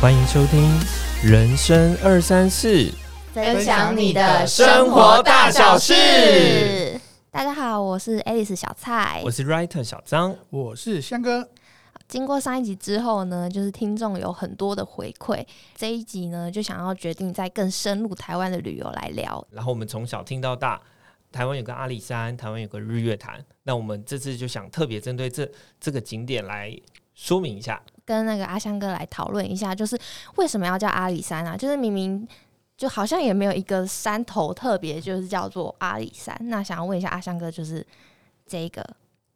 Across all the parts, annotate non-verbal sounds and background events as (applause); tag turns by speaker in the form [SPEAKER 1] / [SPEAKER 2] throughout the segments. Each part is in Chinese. [SPEAKER 1] 欢迎收听《人生二三事》。
[SPEAKER 2] 分
[SPEAKER 3] 享你
[SPEAKER 2] 的
[SPEAKER 3] 生
[SPEAKER 1] 活大小事。
[SPEAKER 2] 大家好，我是 Alice 小蔡
[SPEAKER 1] 我。是 Writer 小张，
[SPEAKER 3] 我是香哥，
[SPEAKER 2] 经过上一集之后呢，就是听众有很多的回馈，这一集呢就想要决定再更深入台湾的旅游来聊。
[SPEAKER 1] 然后我们从小听到大，台湾有个阿里山，台湾有个日月潭。那我们这次就想特别针对这这个景点来说明一下。
[SPEAKER 2] 跟那个阿香哥来讨论一下，就是为什么要叫阿里山啊？就是明明就好像也没有一个山头特别就是叫做阿里山。那想要问一下阿香哥，就是这个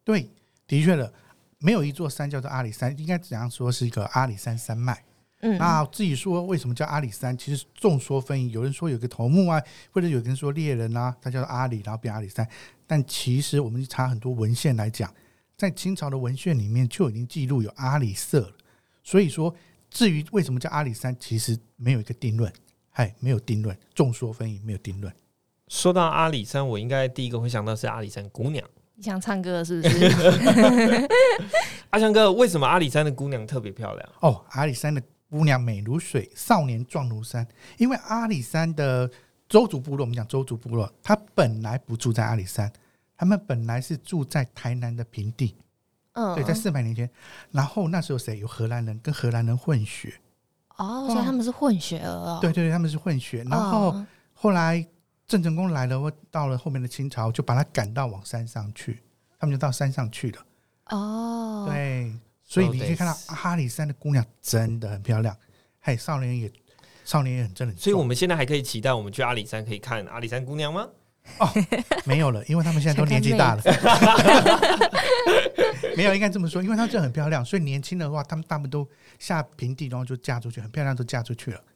[SPEAKER 3] 对，的确了，没有一座山叫做阿里山，应该怎样说是一个阿里山山脉。
[SPEAKER 2] 嗯
[SPEAKER 3] 那至于说为什么叫阿里山，其实众说纷纭，有人说有个头目啊，或者有人说猎人啊，他叫阿里，然后变阿里山。但其实我们查很多文献来讲，在清朝的文献里面就已经记录有阿里社了。所以说，至于为什么叫阿里山，其实没有一个定论，嗨，没有定论，众说纷纭，没有定论。
[SPEAKER 1] 说到阿里山，我应该第一个会想到是阿里山姑娘。
[SPEAKER 2] 你想唱歌是不
[SPEAKER 3] (laughs)
[SPEAKER 2] 是？
[SPEAKER 1] 阿强哥，为什么阿里山的姑娘特别漂亮？
[SPEAKER 3] 哦，阿里山的姑娘美如水，少年壮如山。因为阿里山的周族部落，我们讲周族部落，他本来不住在阿里山，他们本来是住在台南的平地，
[SPEAKER 2] 嗯
[SPEAKER 3] 对，在四百年前。然后那时候谁有荷兰人跟荷兰人混血，
[SPEAKER 2] 哦，所以他们是混血儿哦。
[SPEAKER 3] 对对对，他们是混血。然后
[SPEAKER 2] 哦
[SPEAKER 3] 后来郑成功来了，到了后面的清朝，就把他赶到往山上去，他们就到山上去了。
[SPEAKER 2] 哦，
[SPEAKER 3] 对，所以
[SPEAKER 1] 哦
[SPEAKER 3] 你可以
[SPEAKER 1] 对
[SPEAKER 3] 看到阿里山的姑娘真的很漂亮，嘿，少年也少年也很真的很壮，
[SPEAKER 1] 所以我们现在还可以期待我们去阿里山可以看阿里山姑娘吗？
[SPEAKER 3] 哦没有了，因为他们现在都年纪
[SPEAKER 2] (laughs)
[SPEAKER 3] 大了。 (laughs) 没有，应该这么说，因为她真的很漂亮，所以年轻的话，他们大部分都下平地，然后就嫁出去，很漂亮都嫁出去了。
[SPEAKER 2] 哦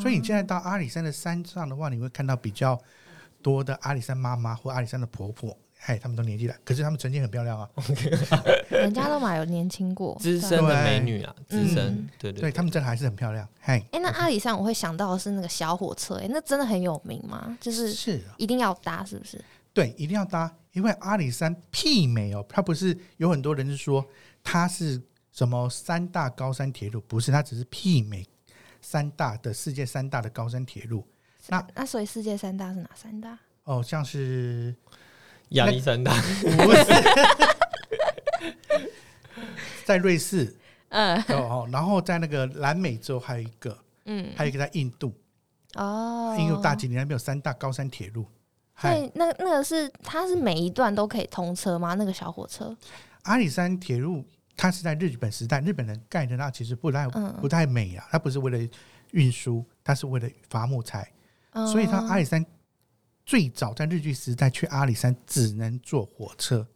[SPEAKER 3] 所以你现在到阿里山的山上的话，你会看到比较多的阿里山妈妈或阿里山的婆婆，嘿，他们都年纪大，可是他们曾经很漂亮啊，
[SPEAKER 2] 哦人家都嘛有年轻过
[SPEAKER 1] 资深的美女啊，
[SPEAKER 2] 对
[SPEAKER 1] 资深
[SPEAKER 2] 嗯，
[SPEAKER 1] 对对
[SPEAKER 3] 对他们真的还是很漂亮，嘿，
[SPEAKER 2] 哎、那阿里山我会想到的是那个小火车、哎，那真的很有名吗？就是
[SPEAKER 3] 是啊
[SPEAKER 2] 一定要搭，是不是？
[SPEAKER 3] 对，一定要搭，因为阿里山媲美哦，它不是有很多人是说它是什么三大高山铁路，不是，它只是媲美三大的世界三大的高山铁路。那
[SPEAKER 2] 那所以世界三大是哪三大？
[SPEAKER 3] 哦，像是
[SPEAKER 1] 亚历山大
[SPEAKER 3] 不是在瑞士
[SPEAKER 2] 嗯
[SPEAKER 3] 哦哦，然后在那个南美洲还有一个，
[SPEAKER 2] 嗯，
[SPEAKER 3] 还有一个在印度，
[SPEAKER 2] 哦，
[SPEAKER 3] 印度大吉岭那边有三大高山铁路。嗨
[SPEAKER 2] 对，那那个是它是每一段都可以通车吗？那个小火车？
[SPEAKER 3] 阿里山铁路它是在日本时代日本人盖的，那其实不太
[SPEAKER 2] 嗯
[SPEAKER 3] 不太美啊，它不是为了运输，它是为了伐木材，
[SPEAKER 2] 嗯
[SPEAKER 3] 所以它阿里山最早在日据时代去阿里山只能坐火车，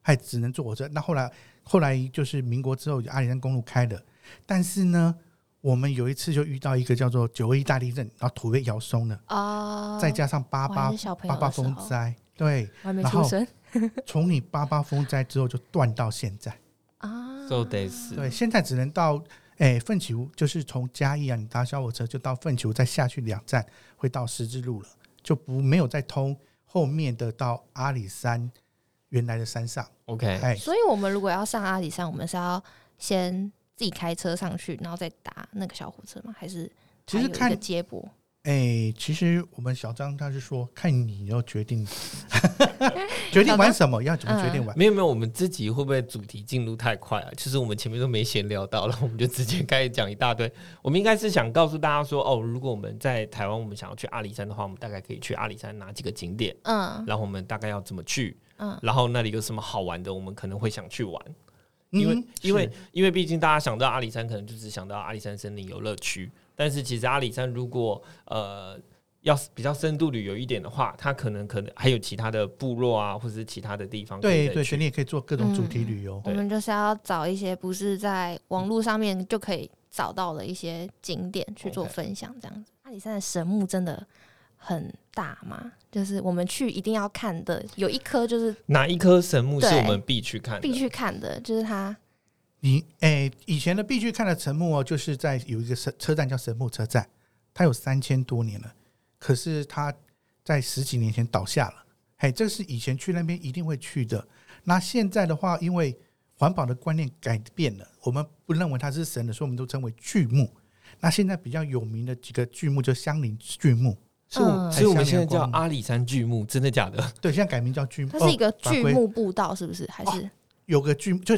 [SPEAKER 3] 还只能坐火车。那后来后来就是民国之后，阿里山公路开了，但是呢，我们有一次就遇到一个叫做九二一大地震，然后土被摇松了，
[SPEAKER 2] 哦，
[SPEAKER 3] 再加上八
[SPEAKER 2] 我还
[SPEAKER 3] 八
[SPEAKER 2] 是小朋友
[SPEAKER 3] 八
[SPEAKER 2] 的
[SPEAKER 3] 八
[SPEAKER 2] 时候
[SPEAKER 3] 风灾，对，
[SPEAKER 2] 我还没
[SPEAKER 3] 啊然
[SPEAKER 2] 出
[SPEAKER 3] 后
[SPEAKER 2] 生
[SPEAKER 3] 从你八八风灾之后就断到现在。
[SPEAKER 2] 啊，
[SPEAKER 1] ，so d a s
[SPEAKER 3] 对，现在只能到诶奋起湖，就是从嘉义啊，你搭小火车就到奋起湖，再下去两站会到十字路了，就不没有再通后面的到阿里山原来的山上。
[SPEAKER 1] OK，
[SPEAKER 3] 哎，
[SPEAKER 2] 所以我们如果要上阿里山，我们是要先自己开车上去，然后再搭那个小火车吗？还是
[SPEAKER 3] 其实
[SPEAKER 2] 还有一
[SPEAKER 3] 看
[SPEAKER 2] 个接驳？
[SPEAKER 3] 哎，其实我们小张他是说，看你要决定决定玩什么，要怎么决定玩。
[SPEAKER 1] 没有没有，我们自己会不会主题进入太快啊？就是我们前面都没闲聊到，然后我们就直接开始讲一大堆。我们应该是想告诉大家说，哦，如果我们在台湾，我们想要去阿里山的话，我们大概可以去阿里山哪几个景点，
[SPEAKER 2] 嗯
[SPEAKER 1] 然后我们大概要怎么去，
[SPEAKER 2] 嗯
[SPEAKER 1] 然后那里有什么好玩的，我们可能会想去玩。
[SPEAKER 3] 嗯
[SPEAKER 1] 因为因为
[SPEAKER 3] 是
[SPEAKER 1] 因为毕竟大家想到阿里山，可能就只想到阿里山森林游乐区，但是其实阿里山如果呃要比较深度旅游一点的话，它可能可能还有其他的部落啊，或者是其他的地方可以
[SPEAKER 3] 对
[SPEAKER 1] 再
[SPEAKER 3] 对，
[SPEAKER 1] 去
[SPEAKER 3] 对你也可以做各种主题旅游。
[SPEAKER 2] 我们就是要找一些不是在网络上面就可以找到的一些景点去做
[SPEAKER 1] OK
[SPEAKER 2] 分享，这样子。阿里山的神木真的很大吗？就是我们去一定要看的，有一棵就是
[SPEAKER 1] 哪一棵神木是
[SPEAKER 2] 对
[SPEAKER 1] 我们必去看的？
[SPEAKER 2] 必。须看的，就是它。
[SPEAKER 3] 你诶、以前的必须看的神木哦，就是在有一个车车站叫神木车站，它有三千多年了，可是它在十几年前倒下了。嘿，这是以前去那边一定会去的。那现在的话，因为环保的观念改变了，我们不认为它是神的，所以我们都称为巨木。那现在比较有名的几个剧目，就相邻剧目，
[SPEAKER 1] 所以我
[SPEAKER 2] 嗯
[SPEAKER 1] 所以我们现在
[SPEAKER 3] 还
[SPEAKER 1] 叫
[SPEAKER 3] 像阳光
[SPEAKER 1] 阿里山巨木，真的假的？ (laughs)
[SPEAKER 3] 对，现在改名叫剧目。
[SPEAKER 2] 它是一
[SPEAKER 3] 哦、
[SPEAKER 2] 个
[SPEAKER 3] 法
[SPEAKER 2] 剧
[SPEAKER 3] 规
[SPEAKER 2] 目步道，是不是？还是
[SPEAKER 3] 有个剧目就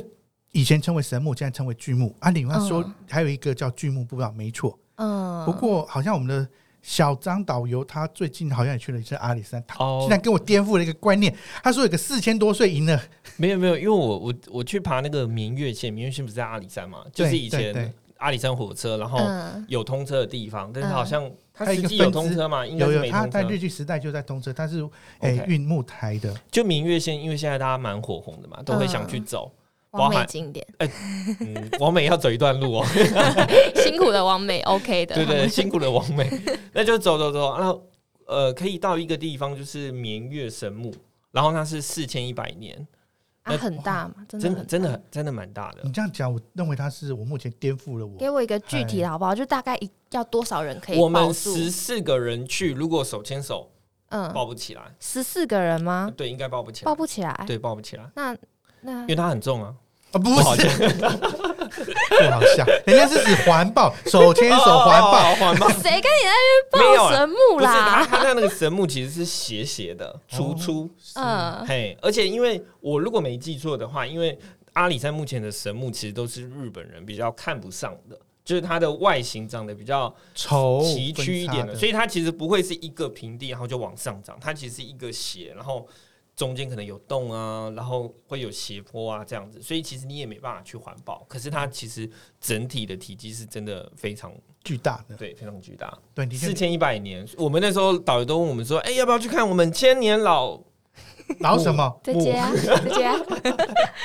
[SPEAKER 3] 以前称为神木，现在称为剧目。按理来说
[SPEAKER 2] 嗯，
[SPEAKER 3] 还有一个叫剧目步道，没错。
[SPEAKER 2] 嗯？
[SPEAKER 3] 不过好像我们的小张导游他最近好像也去了一次阿里山，他
[SPEAKER 1] 哦
[SPEAKER 3] 竟然跟我颠覆了一个观念。他说有个四千多岁赢了，
[SPEAKER 1] 没有没有，因为我我我去爬那个明月线，明月线不是在阿里山嘛？就是
[SPEAKER 3] 对
[SPEAKER 1] 以
[SPEAKER 3] 对对
[SPEAKER 1] 前阿里山火车，然后
[SPEAKER 2] 嗯，
[SPEAKER 1] 有通车的地方，但是
[SPEAKER 2] 嗯
[SPEAKER 1] 好像它
[SPEAKER 3] 它有
[SPEAKER 1] 实
[SPEAKER 3] 一个
[SPEAKER 1] 际有
[SPEAKER 3] 分
[SPEAKER 1] 通
[SPEAKER 3] 支
[SPEAKER 1] 车嘛？应该
[SPEAKER 3] 有
[SPEAKER 1] 是
[SPEAKER 3] 有
[SPEAKER 1] 没
[SPEAKER 3] 他
[SPEAKER 1] 通
[SPEAKER 3] 在
[SPEAKER 1] 车。
[SPEAKER 3] 日据时代就在通车，他是诶
[SPEAKER 1] OK
[SPEAKER 3] 运木台的，
[SPEAKER 1] 就明月线，因为现在大家蛮火红的嘛，
[SPEAKER 2] 嗯
[SPEAKER 1] 都会想去走。包
[SPEAKER 3] 哦
[SPEAKER 2] 完美
[SPEAKER 1] 含
[SPEAKER 2] 景
[SPEAKER 3] (laughs)
[SPEAKER 2] 点，
[SPEAKER 1] 嗯， (laughs) 王美要走一段
[SPEAKER 2] (laughs)
[SPEAKER 1] 路哦，
[SPEAKER 2] 辛苦的完美 OK 的，
[SPEAKER 1] 对
[SPEAKER 2] 他
[SPEAKER 1] 对，
[SPEAKER 2] (laughs) 们
[SPEAKER 1] 辛苦了王美， (laughs) 那就走走走，然后呃，可以到一个地方，就是明月神木，然后它是四千一百年，
[SPEAKER 2] 啊，很大嘛，真
[SPEAKER 1] 真的
[SPEAKER 2] 的很大
[SPEAKER 1] 真的真的蛮大的
[SPEAKER 3] 你。这样讲，我认为他是我目前颠覆了我。
[SPEAKER 2] 给我一个具体的好不好？就大概一要多少人可以
[SPEAKER 1] 哎我们
[SPEAKER 2] 抱住？
[SPEAKER 1] 十四个人去，如果手牵手
[SPEAKER 2] 嗯，
[SPEAKER 1] 抱不起来，
[SPEAKER 2] 十四个人吗？
[SPEAKER 1] 对，应该抱不起
[SPEAKER 2] 抱
[SPEAKER 1] 来，
[SPEAKER 2] 不起来。
[SPEAKER 1] 对，抱不起来，
[SPEAKER 2] 那那
[SPEAKER 1] 因为它很重啊，
[SPEAKER 3] 啊，不
[SPEAKER 1] 不好
[SPEAKER 3] 是，不好笑，人家是指环
[SPEAKER 1] (laughs)
[SPEAKER 3] 抱，手牵手环抱。
[SPEAKER 1] 哦，环抱，
[SPEAKER 2] 谁跟你在那
[SPEAKER 1] 没
[SPEAKER 2] 边
[SPEAKER 1] 有
[SPEAKER 2] 抱
[SPEAKER 1] 啊
[SPEAKER 2] 神木
[SPEAKER 1] 不是它，
[SPEAKER 2] 啦？
[SPEAKER 1] 它的那个神木其实是斜斜的，粗
[SPEAKER 3] 哦
[SPEAKER 1] 粗。
[SPEAKER 2] (laughs) 嗯，
[SPEAKER 1] 嘿，而且因为我如果没记错的话，因为阿里山目前的神木其实都是日本人比较看不上的，就是它的外形长得比较
[SPEAKER 3] 丑
[SPEAKER 1] 崎岖一点的，
[SPEAKER 3] 哦分叉
[SPEAKER 1] 所以它其实不会是一个平地，然后就往上长，它其实是一个斜，然后中间可能有洞啊，然后会有斜坡啊这样子，所以其实你也没办法去环保，可是它其实整体的体积是真的非常
[SPEAKER 3] 巨大的，
[SPEAKER 1] 对非常巨大，
[SPEAKER 3] 对，你
[SPEAKER 1] 四
[SPEAKER 3] 是
[SPEAKER 1] 千一百年，我们那时候导游都问我们说，哎、要不要去看我们千年老
[SPEAKER 3] 老什么？
[SPEAKER 2] 再接啊，再接啊。 (laughs)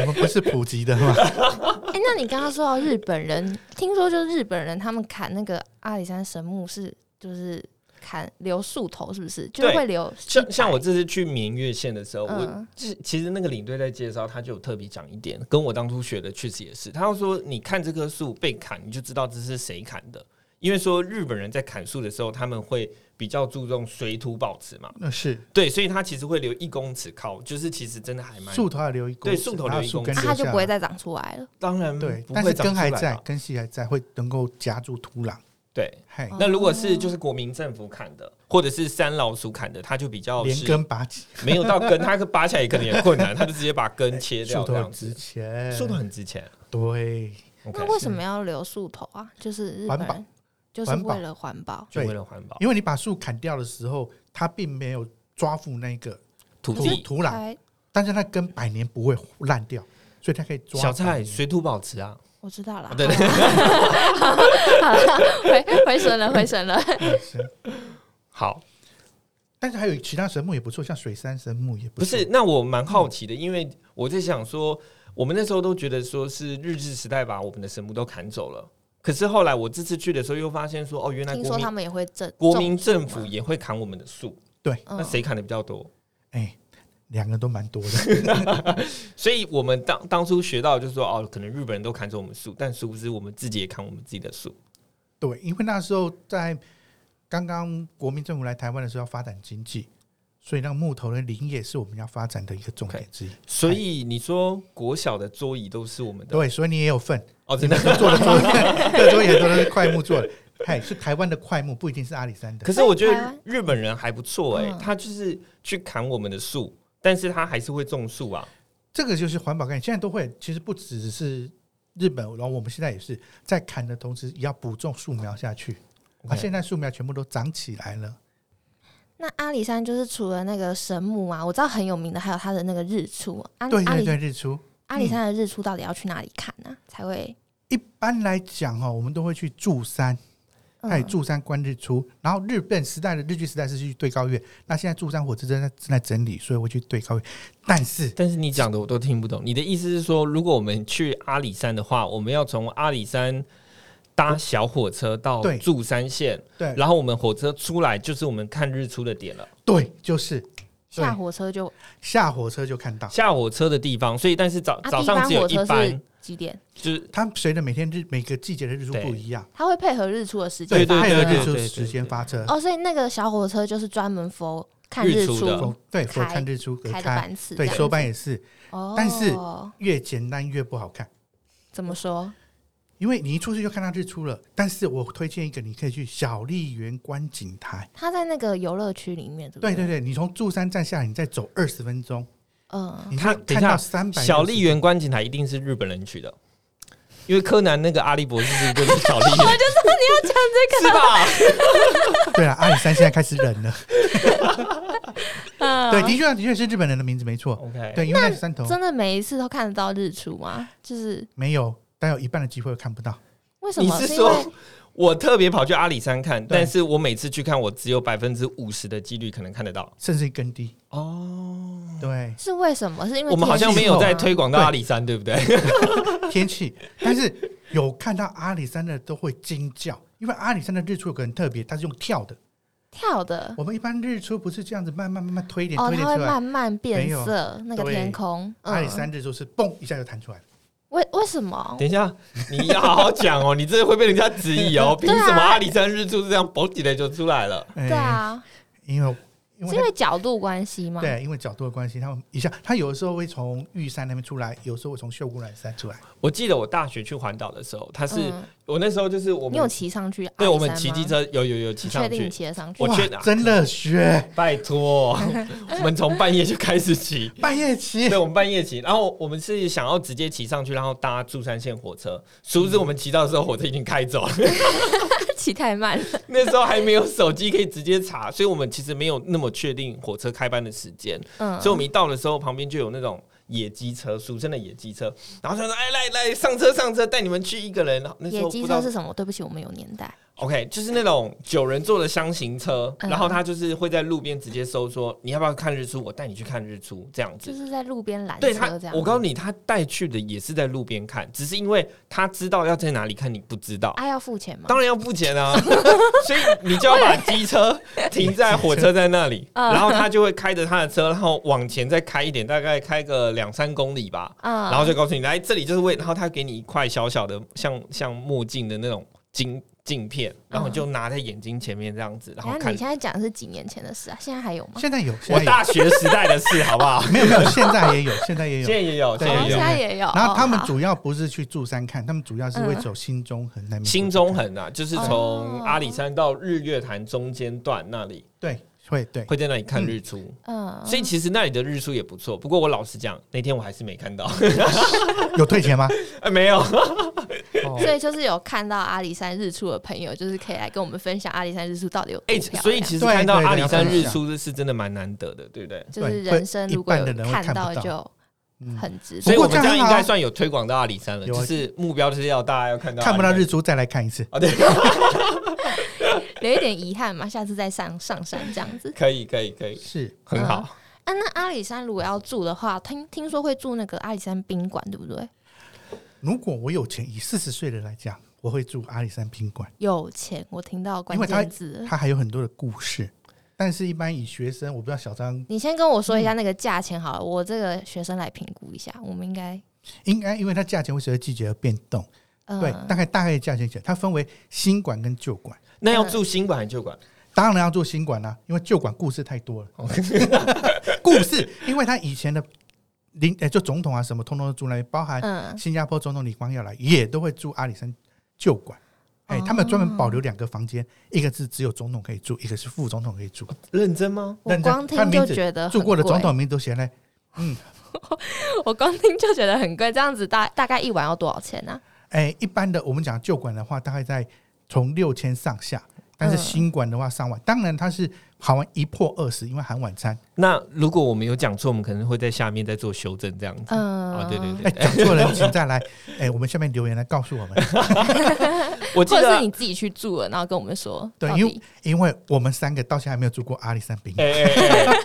[SPEAKER 3] 我们不是普及的
[SPEAKER 1] (laughs)
[SPEAKER 3] 吗？
[SPEAKER 2] 哎，那你刚刚说到日本人，听说就是日本人他们砍那个阿里山神木是就是砍留树头，是不是？就是
[SPEAKER 1] 对
[SPEAKER 2] 会留啊
[SPEAKER 1] 像像我这次去明月县的时候，我
[SPEAKER 2] 嗯
[SPEAKER 1] 其其实那个领队在介绍，他就有特别讲一点，跟我当初学的确实也是。他就说，你看这棵树被砍，你就知道这是谁砍的，因为说日本人在砍树的时候，他们会比较注重水土保持嘛，
[SPEAKER 3] 那是
[SPEAKER 1] 对，所以他其实会留一公尺靠，就是其实真的还蛮
[SPEAKER 3] 树头还留一公
[SPEAKER 1] 对
[SPEAKER 3] 尺
[SPEAKER 1] 树头
[SPEAKER 3] 然后
[SPEAKER 1] 留一
[SPEAKER 3] 树
[SPEAKER 1] 公
[SPEAKER 3] 根
[SPEAKER 1] 尺
[SPEAKER 2] 啊，
[SPEAKER 3] 留
[SPEAKER 2] 它就
[SPEAKER 3] 下
[SPEAKER 2] 不会
[SPEAKER 3] 来
[SPEAKER 2] 再长出来了。
[SPEAKER 1] 当然
[SPEAKER 3] 对，
[SPEAKER 1] 嗯不
[SPEAKER 3] 但
[SPEAKER 1] 会
[SPEAKER 3] 是
[SPEAKER 1] 长
[SPEAKER 3] 根
[SPEAKER 1] 出
[SPEAKER 3] 还
[SPEAKER 1] 来
[SPEAKER 3] 在
[SPEAKER 1] 嘛，
[SPEAKER 3] 根系还在，会能够夹住土壤。
[SPEAKER 1] 对。
[SPEAKER 3] 嘿，
[SPEAKER 2] 哦
[SPEAKER 1] 那如果是就是国民政府砍的，或者是山老鼠砍的，它就比较
[SPEAKER 3] 连
[SPEAKER 1] 是
[SPEAKER 3] 根拔起，
[SPEAKER 1] 没有到根，它拔起来也可能也困难，它就直接把根切
[SPEAKER 3] (laughs) 树
[SPEAKER 1] 掉
[SPEAKER 3] 头
[SPEAKER 1] 这
[SPEAKER 3] 很
[SPEAKER 1] 样
[SPEAKER 3] 值
[SPEAKER 1] 子。
[SPEAKER 3] 钱，
[SPEAKER 1] 树都很值钱。
[SPEAKER 3] 对，
[SPEAKER 1] OK，
[SPEAKER 2] 那为什么要留树头啊？就是日本
[SPEAKER 3] 环保
[SPEAKER 2] 人就是
[SPEAKER 3] 环保
[SPEAKER 2] 为了环保。
[SPEAKER 1] 就
[SPEAKER 3] 对
[SPEAKER 1] 为了环保，
[SPEAKER 3] 因为你把树砍掉的时候，它并没有抓住那个
[SPEAKER 1] 土
[SPEAKER 3] 土
[SPEAKER 1] 地
[SPEAKER 3] 土壤，
[SPEAKER 2] 哎，
[SPEAKER 3] 但是它根百年不会烂掉，所以它可以抓
[SPEAKER 1] 小
[SPEAKER 3] 百
[SPEAKER 1] 菜
[SPEAKER 3] 年
[SPEAKER 1] 水土保持啊，
[SPEAKER 2] 我知道了。
[SPEAKER 1] 对 (laughs) 对
[SPEAKER 2] 好了， (laughs) 回
[SPEAKER 1] (laughs)
[SPEAKER 2] 回神了，回神了。
[SPEAKER 3] 是
[SPEAKER 1] 好，
[SPEAKER 3] 但是还有其他神木也不错，像水杉神木也
[SPEAKER 1] 不
[SPEAKER 3] 错
[SPEAKER 1] 是？那我蛮好奇的，因为我在想说，我们那时候都觉得说是日治时代把我们的神木都砍走了，可是后来我这次去的时候又发现说，哦，原来
[SPEAKER 2] 听
[SPEAKER 1] 国
[SPEAKER 2] 说
[SPEAKER 1] 民
[SPEAKER 2] 他们也会政
[SPEAKER 1] 国民政
[SPEAKER 2] 种
[SPEAKER 1] 府也会砍我们的树，
[SPEAKER 3] 对，
[SPEAKER 2] 嗯
[SPEAKER 1] 那谁砍的比较多？
[SPEAKER 3] 哎，两个都蛮多的，
[SPEAKER 1] 所以我们当当初学到就是说，哦，可能日本人都砍走我们树，但殊不知我们自己也砍我们自己的树。
[SPEAKER 3] 对，因为那时候在刚刚国民政府来台湾的时候要发展经济，所以那个木头的林业是我们要发展的一个重点之一。
[SPEAKER 1] 所以你说国小的桌椅都是我们的
[SPEAKER 3] 对，所以你也有份，
[SPEAKER 1] 哦，真的。
[SPEAKER 3] 做的桌椅，这桌椅很多都是快木做的，嘿，是台湾的快木，不一定是阿里山的。
[SPEAKER 1] 可是我觉
[SPEAKER 2] 所以台
[SPEAKER 1] 得
[SPEAKER 2] 湾
[SPEAKER 1] 日本人还不错哎、
[SPEAKER 2] 嗯
[SPEAKER 1] 他就是去砍我们的树，但是他还是会种树啊。
[SPEAKER 3] 这个就是环保概念，现在都会，其实不只是日本，然后我们现在也是在砍的同时，也要补种树苗下去。啊，
[SPEAKER 1] OK
[SPEAKER 3] 现在树苗全部都长起来了，
[SPEAKER 2] 那阿里山就是除了那个神木啊，我知道很有名的，还有它的那个日出。啊阿
[SPEAKER 3] 对
[SPEAKER 2] 阿
[SPEAKER 3] 对
[SPEAKER 1] 嗯
[SPEAKER 3] 对，
[SPEAKER 2] 里
[SPEAKER 3] 日出。
[SPEAKER 2] 阿里山的日出到底要去哪里看呢、才会？
[SPEAKER 3] 一般来讲哦，我们都会去住山，哎，
[SPEAKER 2] 嗯
[SPEAKER 3] 住山观日出。然后日本时代的日据时代是去对高月，那现在住山火车正在正在整理，所以我去对高月。但是
[SPEAKER 1] 但是你讲的我都听不懂。你的意思是说，如果我们去阿里山的话，我们要从阿里山搭小火车到
[SPEAKER 3] 对哎
[SPEAKER 1] 柱山县，
[SPEAKER 3] 对
[SPEAKER 1] 然后我们火车出来就是我们看日出的点了，
[SPEAKER 3] 对，就是
[SPEAKER 2] 下火车就
[SPEAKER 3] 下火车就看到。
[SPEAKER 1] 下火车的地方。所以，但是早
[SPEAKER 2] 啊，
[SPEAKER 1] 早
[SPEAKER 2] 第一
[SPEAKER 1] 上
[SPEAKER 2] 班
[SPEAKER 1] 只有
[SPEAKER 2] 火
[SPEAKER 1] 一
[SPEAKER 2] 车
[SPEAKER 1] 班
[SPEAKER 2] 是，几点？
[SPEAKER 1] 就是
[SPEAKER 3] 它随着每天日每个季节的日出
[SPEAKER 1] 对
[SPEAKER 3] 不一样，
[SPEAKER 2] 它会配合日出的时
[SPEAKER 1] 对
[SPEAKER 2] 间
[SPEAKER 1] 对
[SPEAKER 2] 发
[SPEAKER 3] 配
[SPEAKER 1] 对
[SPEAKER 3] 合
[SPEAKER 1] 对
[SPEAKER 3] 日
[SPEAKER 2] 车。
[SPEAKER 3] 出时间发车。
[SPEAKER 2] 哦，所以那个小火车就是专门 for 看
[SPEAKER 1] 日出
[SPEAKER 2] 出
[SPEAKER 1] 的
[SPEAKER 3] 哦对，
[SPEAKER 2] 开
[SPEAKER 3] 我看日出而
[SPEAKER 2] 开的
[SPEAKER 3] 开，
[SPEAKER 2] 班次这
[SPEAKER 3] 对，
[SPEAKER 2] 样子。
[SPEAKER 3] 收班也是
[SPEAKER 2] 哦，
[SPEAKER 3] 但是越简单越不好看。
[SPEAKER 2] 怎么说？
[SPEAKER 3] 因为你一出去就看到日出了。但是我推荐一个，你可以去小笠原观景台。
[SPEAKER 2] 它在那个游乐区里面，对不
[SPEAKER 3] 对对
[SPEAKER 2] 对，
[SPEAKER 3] 对，你从柱山站下来，你再走二十分钟，
[SPEAKER 2] 嗯，
[SPEAKER 3] 你
[SPEAKER 1] 它
[SPEAKER 3] 会
[SPEAKER 1] 等一
[SPEAKER 3] 哦看
[SPEAKER 1] 下
[SPEAKER 3] 到三百
[SPEAKER 1] 小笠原观景台一定是日本人去的，因为柯南那个阿笠博士是就是小笠
[SPEAKER 2] (laughs)
[SPEAKER 1] 原，
[SPEAKER 2] 你要讲
[SPEAKER 1] (laughs)
[SPEAKER 2] 这
[SPEAKER 1] 是吧？
[SPEAKER 3] 对
[SPEAKER 1] (laughs)
[SPEAKER 3] 啊了，阿里山现在开始冷了。
[SPEAKER 2] 个，嗯
[SPEAKER 3] 对，的确啊的确是日本人的名字没错。
[SPEAKER 1] OK，
[SPEAKER 3] 对，因为那是山头
[SPEAKER 2] 真的每一次都看得到日出吗？就是
[SPEAKER 3] 没有，但有一半的机会看不到。
[SPEAKER 2] 为什
[SPEAKER 1] 你
[SPEAKER 2] 么？
[SPEAKER 1] 是
[SPEAKER 2] 因为，
[SPEAKER 1] 说 (laughs) 我特别跑去阿里山看，
[SPEAKER 3] 对
[SPEAKER 1] 但是我每次去看，我只有百分之五十的几率可能看得到
[SPEAKER 3] 甚至更低。
[SPEAKER 1] 哦。
[SPEAKER 3] 对
[SPEAKER 2] 是为什么？是因为
[SPEAKER 1] 我们好像没有在
[SPEAKER 2] 天气吗
[SPEAKER 1] 推广到
[SPEAKER 3] 对
[SPEAKER 1] 阿里山，对不对？
[SPEAKER 3] 天气， (laughs) 但是有看到阿里山的都会惊叫，因为阿里山的日出有个很特别，它是用跳的。
[SPEAKER 2] 嗯跳的
[SPEAKER 3] 我们一般日出不是这样子慢慢慢慢推一点
[SPEAKER 2] 哦，
[SPEAKER 3] 推一
[SPEAKER 2] 它
[SPEAKER 3] 点
[SPEAKER 2] 会
[SPEAKER 3] 出来，
[SPEAKER 2] 慢慢变
[SPEAKER 3] 没有
[SPEAKER 2] 色，那个
[SPEAKER 3] 对
[SPEAKER 2] 天空。
[SPEAKER 3] 阿里
[SPEAKER 2] 嗯
[SPEAKER 3] 山日出是嘣一下就弹出来了。
[SPEAKER 2] 为为什
[SPEAKER 1] (laughs)
[SPEAKER 2] 么？
[SPEAKER 1] 等一下，你要好好讲哦，你这会被人家质疑
[SPEAKER 2] (laughs)
[SPEAKER 1] 哦。凭
[SPEAKER 2] 对啊
[SPEAKER 1] 什么阿里山日出是这样，嘣起来就出来了？
[SPEAKER 3] 对
[SPEAKER 2] 对，啊，
[SPEAKER 3] 哎因为因
[SPEAKER 2] 是
[SPEAKER 3] 为
[SPEAKER 2] 因为角度关系
[SPEAKER 3] 它
[SPEAKER 2] 吗？，
[SPEAKER 3] 对，因为角度的关系，它会一下，它有的时候会从玉山那边出来，有时候会从秀姑峦山出来。
[SPEAKER 1] 我记得我大学去环岛的时候，它是、
[SPEAKER 2] 嗯，
[SPEAKER 1] 我那时候就是我
[SPEAKER 2] 你有
[SPEAKER 1] 们
[SPEAKER 2] 骑上去阿里山吗？
[SPEAKER 1] 对我们骑机车有有有骑
[SPEAKER 2] 你
[SPEAKER 1] 上
[SPEAKER 2] 确定
[SPEAKER 1] 去
[SPEAKER 2] 你，骑得上去？
[SPEAKER 1] 我
[SPEAKER 3] 哇
[SPEAKER 1] 觉得啊
[SPEAKER 3] 真热血，
[SPEAKER 1] 拜托，
[SPEAKER 2] (laughs)
[SPEAKER 1] 我们从半夜就开始骑。
[SPEAKER 3] 半夜骑
[SPEAKER 1] (laughs) 对，我们半夜骑，然后我们是想要直接骑上去，然后搭珠山线火车。殊不知我们骑到的时候，火车已经开走了。 (laughs)
[SPEAKER 2] 骑太慢了。
[SPEAKER 1] 那时候还没有手机可以直接查，所以我们其实没有那么确定火车开班的时间。
[SPEAKER 2] 嗯，
[SPEAKER 1] 所以我们一到的时候，旁边就有那种野鸡车，俗称的野鸡车。然后他说：“哎，来来，上车上车，带你们去一个人。”那时
[SPEAKER 2] 野
[SPEAKER 1] 候不
[SPEAKER 2] 鸡
[SPEAKER 1] 知
[SPEAKER 2] 车
[SPEAKER 1] 道
[SPEAKER 2] 是什么？对不起，我们有年代。
[SPEAKER 1] OK，就是那种九人座的箱型车，
[SPEAKER 2] 嗯
[SPEAKER 1] 然后他就是会在路边直接搜说：“你要不要看日出？我带你去看日出。”这样子
[SPEAKER 2] 就。是在路边拦车
[SPEAKER 1] 对
[SPEAKER 2] 这
[SPEAKER 1] 他
[SPEAKER 2] 样。，
[SPEAKER 1] 我告诉你，他带去的也是在路边看，只是因为他知道要在哪里看，你不知道。
[SPEAKER 2] 啊，要付钱吗？
[SPEAKER 1] 当然要付钱
[SPEAKER 2] (laughs)
[SPEAKER 1] 啊，所以你就要把机车停在火车站那里，
[SPEAKER 2] (laughs) 嗯
[SPEAKER 1] 然后他就会开着他的车，然后往前再开一点，大概开个两三公里吧，
[SPEAKER 2] 嗯，
[SPEAKER 1] 然后就告诉你来这里就是为，然后他给你一块小小的像像墨镜的那种镜镜片，然后你就拿在眼睛前面这样子，然
[SPEAKER 2] 嗯等一
[SPEAKER 1] 后
[SPEAKER 2] 下
[SPEAKER 1] 看
[SPEAKER 2] 你。现在讲的是几年前的事啊？现在还有吗？
[SPEAKER 3] 现在有，现
[SPEAKER 1] 我
[SPEAKER 3] 在有
[SPEAKER 1] 大学时代的事，好不好？
[SPEAKER 3] 没有没有，现在也有，现在也
[SPEAKER 1] 现
[SPEAKER 3] 有。
[SPEAKER 1] 在啊也有，现在也
[SPEAKER 2] 哦现
[SPEAKER 3] 对有
[SPEAKER 1] 有
[SPEAKER 2] 在也有。
[SPEAKER 3] 然后他们
[SPEAKER 2] 哦好
[SPEAKER 3] 主要不是去柱山看，他们主要是会走新中横那边。
[SPEAKER 1] 新嗯中横啊，就是从
[SPEAKER 2] 哦
[SPEAKER 1] 阿里山到日月潭中间段那里，
[SPEAKER 3] 对，会对，
[SPEAKER 1] 会在那里看日出。
[SPEAKER 2] 嗯，
[SPEAKER 1] 所以其实那里的日出也不错，不过我老实讲，那天我还是没
[SPEAKER 3] (laughs)
[SPEAKER 1] 看到，
[SPEAKER 3] 有退钱吗？
[SPEAKER 1] 哎没有。
[SPEAKER 3] 哦
[SPEAKER 2] 所以就是有看到阿里山日出的朋友，就是可以来跟我们分享阿里山日出到底有多
[SPEAKER 1] (laughs) 哎、
[SPEAKER 2] 漂亮。
[SPEAKER 1] 所以其实
[SPEAKER 3] 对
[SPEAKER 1] 看到
[SPEAKER 3] 对
[SPEAKER 1] 阿里
[SPEAKER 3] 对
[SPEAKER 1] 山
[SPEAKER 3] 要看一
[SPEAKER 1] 日
[SPEAKER 3] 下
[SPEAKER 1] 出是真的蛮难得的，对不对？
[SPEAKER 2] 就是
[SPEAKER 3] 对
[SPEAKER 2] 人生
[SPEAKER 3] 会
[SPEAKER 2] 如果有
[SPEAKER 3] 一般的人会看不到
[SPEAKER 2] 到就
[SPEAKER 3] 嗯
[SPEAKER 2] 很值
[SPEAKER 1] 所以
[SPEAKER 2] 得
[SPEAKER 3] 不
[SPEAKER 1] 我
[SPEAKER 3] 过
[SPEAKER 1] 们这样
[SPEAKER 3] 这样
[SPEAKER 1] 应
[SPEAKER 3] 很好
[SPEAKER 1] 该算有推广到阿里山了，
[SPEAKER 3] 有
[SPEAKER 1] 就是目标就是要大家要看到
[SPEAKER 3] 看不到
[SPEAKER 1] 阿里
[SPEAKER 3] 日
[SPEAKER 1] 山
[SPEAKER 3] 出再来看一次。
[SPEAKER 1] 啊，对，
[SPEAKER 2] 留一点遗憾嘛，下次再上上山这样子。
[SPEAKER 1] (laughs) 可以可以可以，
[SPEAKER 3] 是，
[SPEAKER 1] 很
[SPEAKER 3] 嗯
[SPEAKER 1] 好。
[SPEAKER 2] 啊，那阿里山如果要住的话，听听说会住那个阿里山宾馆，对不对？
[SPEAKER 3] 如果我有钱，以四十岁的来讲，我会住阿里山宾馆，
[SPEAKER 2] 有钱，我听到关
[SPEAKER 3] 因为它
[SPEAKER 2] 键
[SPEAKER 1] 嗯
[SPEAKER 2] 字。
[SPEAKER 3] 它还有很多的故事。但是，一般以学生，我不知道小张
[SPEAKER 2] 你先跟我说一下
[SPEAKER 3] 嗯
[SPEAKER 2] 那个价钱好了，我这个学生来评估一下，我们应该
[SPEAKER 3] 应该，因为它价钱会随着季节而变动。
[SPEAKER 2] 嗯
[SPEAKER 3] 对，大概大概价钱讲，它分为新馆跟旧馆。
[SPEAKER 1] 那要住新馆还是旧馆？
[SPEAKER 3] 当然要住新馆啦、因为旧馆故事太
[SPEAKER 2] (laughs)
[SPEAKER 3] 多了。 (laughs) 故事，因为他以前的领，呃，就总统啊什么，通通都住那里，包含
[SPEAKER 2] 嗯
[SPEAKER 3] 新加坡总统李光耀来，也都会住阿里山旧馆。哎、
[SPEAKER 2] 哦
[SPEAKER 3] 他们专门保留两个房间，一个是只有总统可以住，一个是副总统可以住。
[SPEAKER 1] 认真吗？
[SPEAKER 2] 我
[SPEAKER 3] 认真
[SPEAKER 2] 光
[SPEAKER 3] 他
[SPEAKER 2] 听
[SPEAKER 3] 名
[SPEAKER 2] 就
[SPEAKER 3] 字
[SPEAKER 2] 觉得
[SPEAKER 3] 住
[SPEAKER 2] 哦很
[SPEAKER 3] 过的
[SPEAKER 2] 贵
[SPEAKER 3] 总统名都写在
[SPEAKER 2] (laughs) 我光听就觉得很贵，这样子大大概一晚要多少钱啊呢、
[SPEAKER 3] 哎、一般的我们讲旧馆的话，大概在从六千上下，但是
[SPEAKER 2] 嗯
[SPEAKER 3] 新馆的话上万，当然它是含完一破二十，因为含晚餐。
[SPEAKER 1] 那如果我们有讲错，我们可能会在下面再做修正，这样子。
[SPEAKER 2] 嗯，
[SPEAKER 1] 啊，对对，对
[SPEAKER 3] 哎、，讲错了，请再来。哎、我们下面留言来告诉我们，
[SPEAKER 1] 我记
[SPEAKER 2] 或者
[SPEAKER 1] 得
[SPEAKER 2] 是你自己去住了，然后跟我们说到
[SPEAKER 3] 对
[SPEAKER 2] 底，
[SPEAKER 3] 因为因为我们三个到现在还没有住过阿里山宾
[SPEAKER 1] (laughs)
[SPEAKER 3] 馆，
[SPEAKER 1] 哎哎哎哎，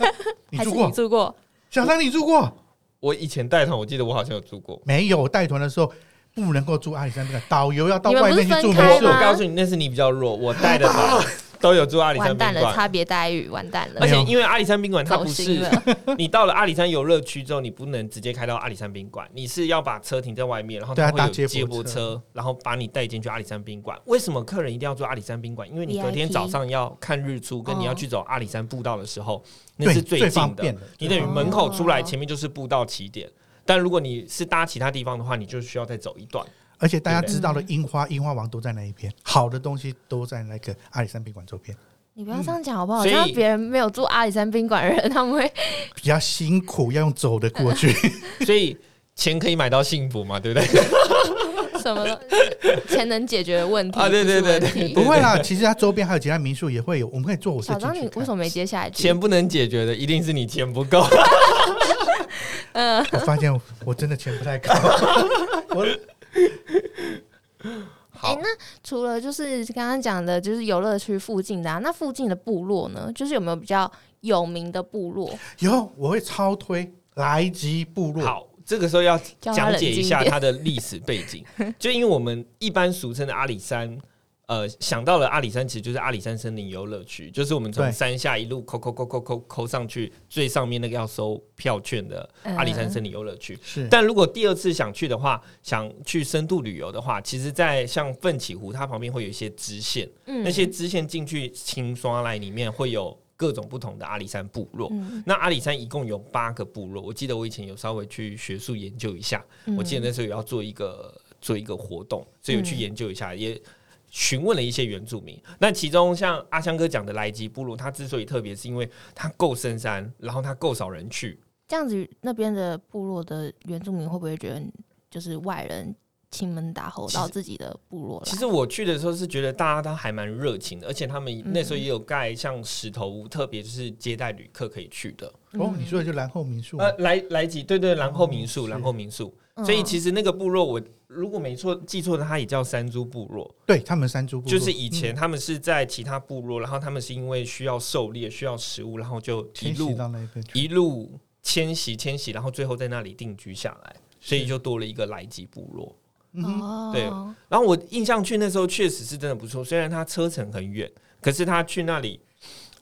[SPEAKER 3] 你
[SPEAKER 2] 还是
[SPEAKER 3] 住
[SPEAKER 2] 你
[SPEAKER 3] 过？
[SPEAKER 2] 住过，
[SPEAKER 3] 小张，你住过？
[SPEAKER 1] 我以前带团，我记得我好像有住过。
[SPEAKER 3] 没有，带团的时候不能够住阿里山宾馆，导游要到
[SPEAKER 2] 你们
[SPEAKER 3] 外
[SPEAKER 2] 不
[SPEAKER 3] 面
[SPEAKER 2] 是
[SPEAKER 3] 去住
[SPEAKER 2] 分开
[SPEAKER 3] 民
[SPEAKER 1] 我
[SPEAKER 3] 宿
[SPEAKER 2] 吗。
[SPEAKER 1] 我告诉你，那是你比较弱，我带的
[SPEAKER 2] (laughs)
[SPEAKER 1] 团都有住阿里山
[SPEAKER 2] 完蛋
[SPEAKER 1] 宾
[SPEAKER 2] 了，
[SPEAKER 1] 馆。
[SPEAKER 2] 差别待遇，完蛋了，
[SPEAKER 1] 而且
[SPEAKER 3] 没有
[SPEAKER 1] 因为阿里山宾馆它
[SPEAKER 2] 走
[SPEAKER 1] 不
[SPEAKER 2] 心
[SPEAKER 1] 是
[SPEAKER 2] 了，
[SPEAKER 1] (laughs) 你到了阿里山游乐区之后，你不能直接开到阿里山宾馆，你是要把车停在外面，然后
[SPEAKER 3] 对啊
[SPEAKER 1] 它会有
[SPEAKER 3] 搭接驳
[SPEAKER 1] 接驳车，然后把你带进去阿里山宾馆。为什么客人一定要住阿里山宾馆？因为你隔天
[SPEAKER 2] VIP
[SPEAKER 1] 早上要看日出，跟你要
[SPEAKER 2] 哦
[SPEAKER 1] 去走阿里山步道的时候，那
[SPEAKER 3] 哦对，
[SPEAKER 1] 是
[SPEAKER 3] 最方
[SPEAKER 1] 近的
[SPEAKER 3] 便。的。
[SPEAKER 1] 你等于门口出来，
[SPEAKER 2] 哦
[SPEAKER 1] 前面就是步道起点。但如果你是搭其他地方的话，你就需要再走一段。
[SPEAKER 3] 而且大家
[SPEAKER 1] 对不
[SPEAKER 2] 对
[SPEAKER 3] 知道的樱花、樱花王都在那一边，好的东西都在那个阿里山宾馆周边，
[SPEAKER 2] 你不要这样讲好不好？
[SPEAKER 1] 所以
[SPEAKER 2] 像别人没有住阿里山宾馆的人，他们会
[SPEAKER 3] 比较辛苦，要用走的过
[SPEAKER 2] (laughs)
[SPEAKER 3] 去。
[SPEAKER 1] (laughs) 所以钱可以买到幸福嘛，对不对？
[SPEAKER 2] 什么钱能解决的问
[SPEAKER 1] (laughs)
[SPEAKER 2] 题
[SPEAKER 1] 啊对对对
[SPEAKER 2] 不是问题
[SPEAKER 3] 不会啦，其实它周边还有其他民宿也会有，我们可以坐火
[SPEAKER 2] 小
[SPEAKER 3] 车进
[SPEAKER 2] 张，
[SPEAKER 3] 去
[SPEAKER 2] 你为
[SPEAKER 3] 看。
[SPEAKER 2] 什么没接下一句？
[SPEAKER 1] 钱不能解决的，一定是你钱不够。
[SPEAKER 2] 嗯，
[SPEAKER 3] 我发现我真的钱不太够， (laughs) 我
[SPEAKER 2] 哎、
[SPEAKER 1] 好，
[SPEAKER 2] 那除了就是刚刚讲的，就是游乐区附近的、啊，那附近的部落呢，就是有没有比较有名的部落？
[SPEAKER 3] 有我会超推来吉部落。
[SPEAKER 1] 好，这个时候要
[SPEAKER 2] 叫他
[SPEAKER 1] 讲
[SPEAKER 2] 冷
[SPEAKER 1] 解
[SPEAKER 2] 静
[SPEAKER 1] 一
[SPEAKER 2] 一
[SPEAKER 1] 下
[SPEAKER 2] 点
[SPEAKER 1] 它的历史背
[SPEAKER 2] (laughs)
[SPEAKER 1] 景，就因为我们一般俗称的阿里山。呃，想到了阿里山，其实就是阿里山森林游乐区，就是我们从
[SPEAKER 3] 对
[SPEAKER 1] 山下一路抠抠抠抠抠抠上去，最上面那个要收票券的阿里山
[SPEAKER 2] 嗯
[SPEAKER 1] 森林游乐区。
[SPEAKER 3] 是，
[SPEAKER 1] 但如果第二次想去的话，想去深度旅游的话，其实，在像奋起湖，它旁边会有一些支线，
[SPEAKER 2] 嗯
[SPEAKER 1] 那些支线进去青刷来里面会有各种不同的阿里山部落。
[SPEAKER 2] 嗯，
[SPEAKER 1] 那阿里山一共有八个部落，我记得我以前有稍微去学术研究一下，
[SPEAKER 2] 嗯
[SPEAKER 1] 我记得那时候有要做一个做一个活动，所以有去研究一下，也询问了一些原住民。那其中像阿香哥讲的莱吉部落，它之所以特别，是因为它够深山，然后它够少人去，
[SPEAKER 2] 这样子，那边的部落的原住民会不会觉得就是外人亲门打吼
[SPEAKER 1] 其实
[SPEAKER 2] 到自己的部落
[SPEAKER 1] 其
[SPEAKER 2] 来？
[SPEAKER 1] 实我去的时候是觉得大家都还蛮热情的，而且他们那
[SPEAKER 2] 嗯
[SPEAKER 1] 时候也有盖像石头屋，特别就是接待旅客可以去的。
[SPEAKER 2] 嗯
[SPEAKER 3] 哦，你说的就兰后民宿吗
[SPEAKER 1] 呃，来来几对对，然后民宿，
[SPEAKER 3] 哦是
[SPEAKER 1] 然后民宿。所以其
[SPEAKER 2] 实
[SPEAKER 1] 实那个部落，我如果没错记错的，它也叫山猪部落，
[SPEAKER 3] 对他们山哦猪部落
[SPEAKER 1] 就是以前他们是在其他部落，然后他们是因为需要狩猎、需要食物，然后就一
[SPEAKER 3] 迁徙
[SPEAKER 1] 路
[SPEAKER 3] 到那边去，
[SPEAKER 1] 一路迁徙、迁徙，然后最后在那里定居下来，所以
[SPEAKER 3] 是
[SPEAKER 1] 就多了一个来吉部落。
[SPEAKER 3] 嗯哼
[SPEAKER 2] 哦，
[SPEAKER 1] 对然后我印象去那时候确实是真的不错，虽然它车程很远，可是他去那里，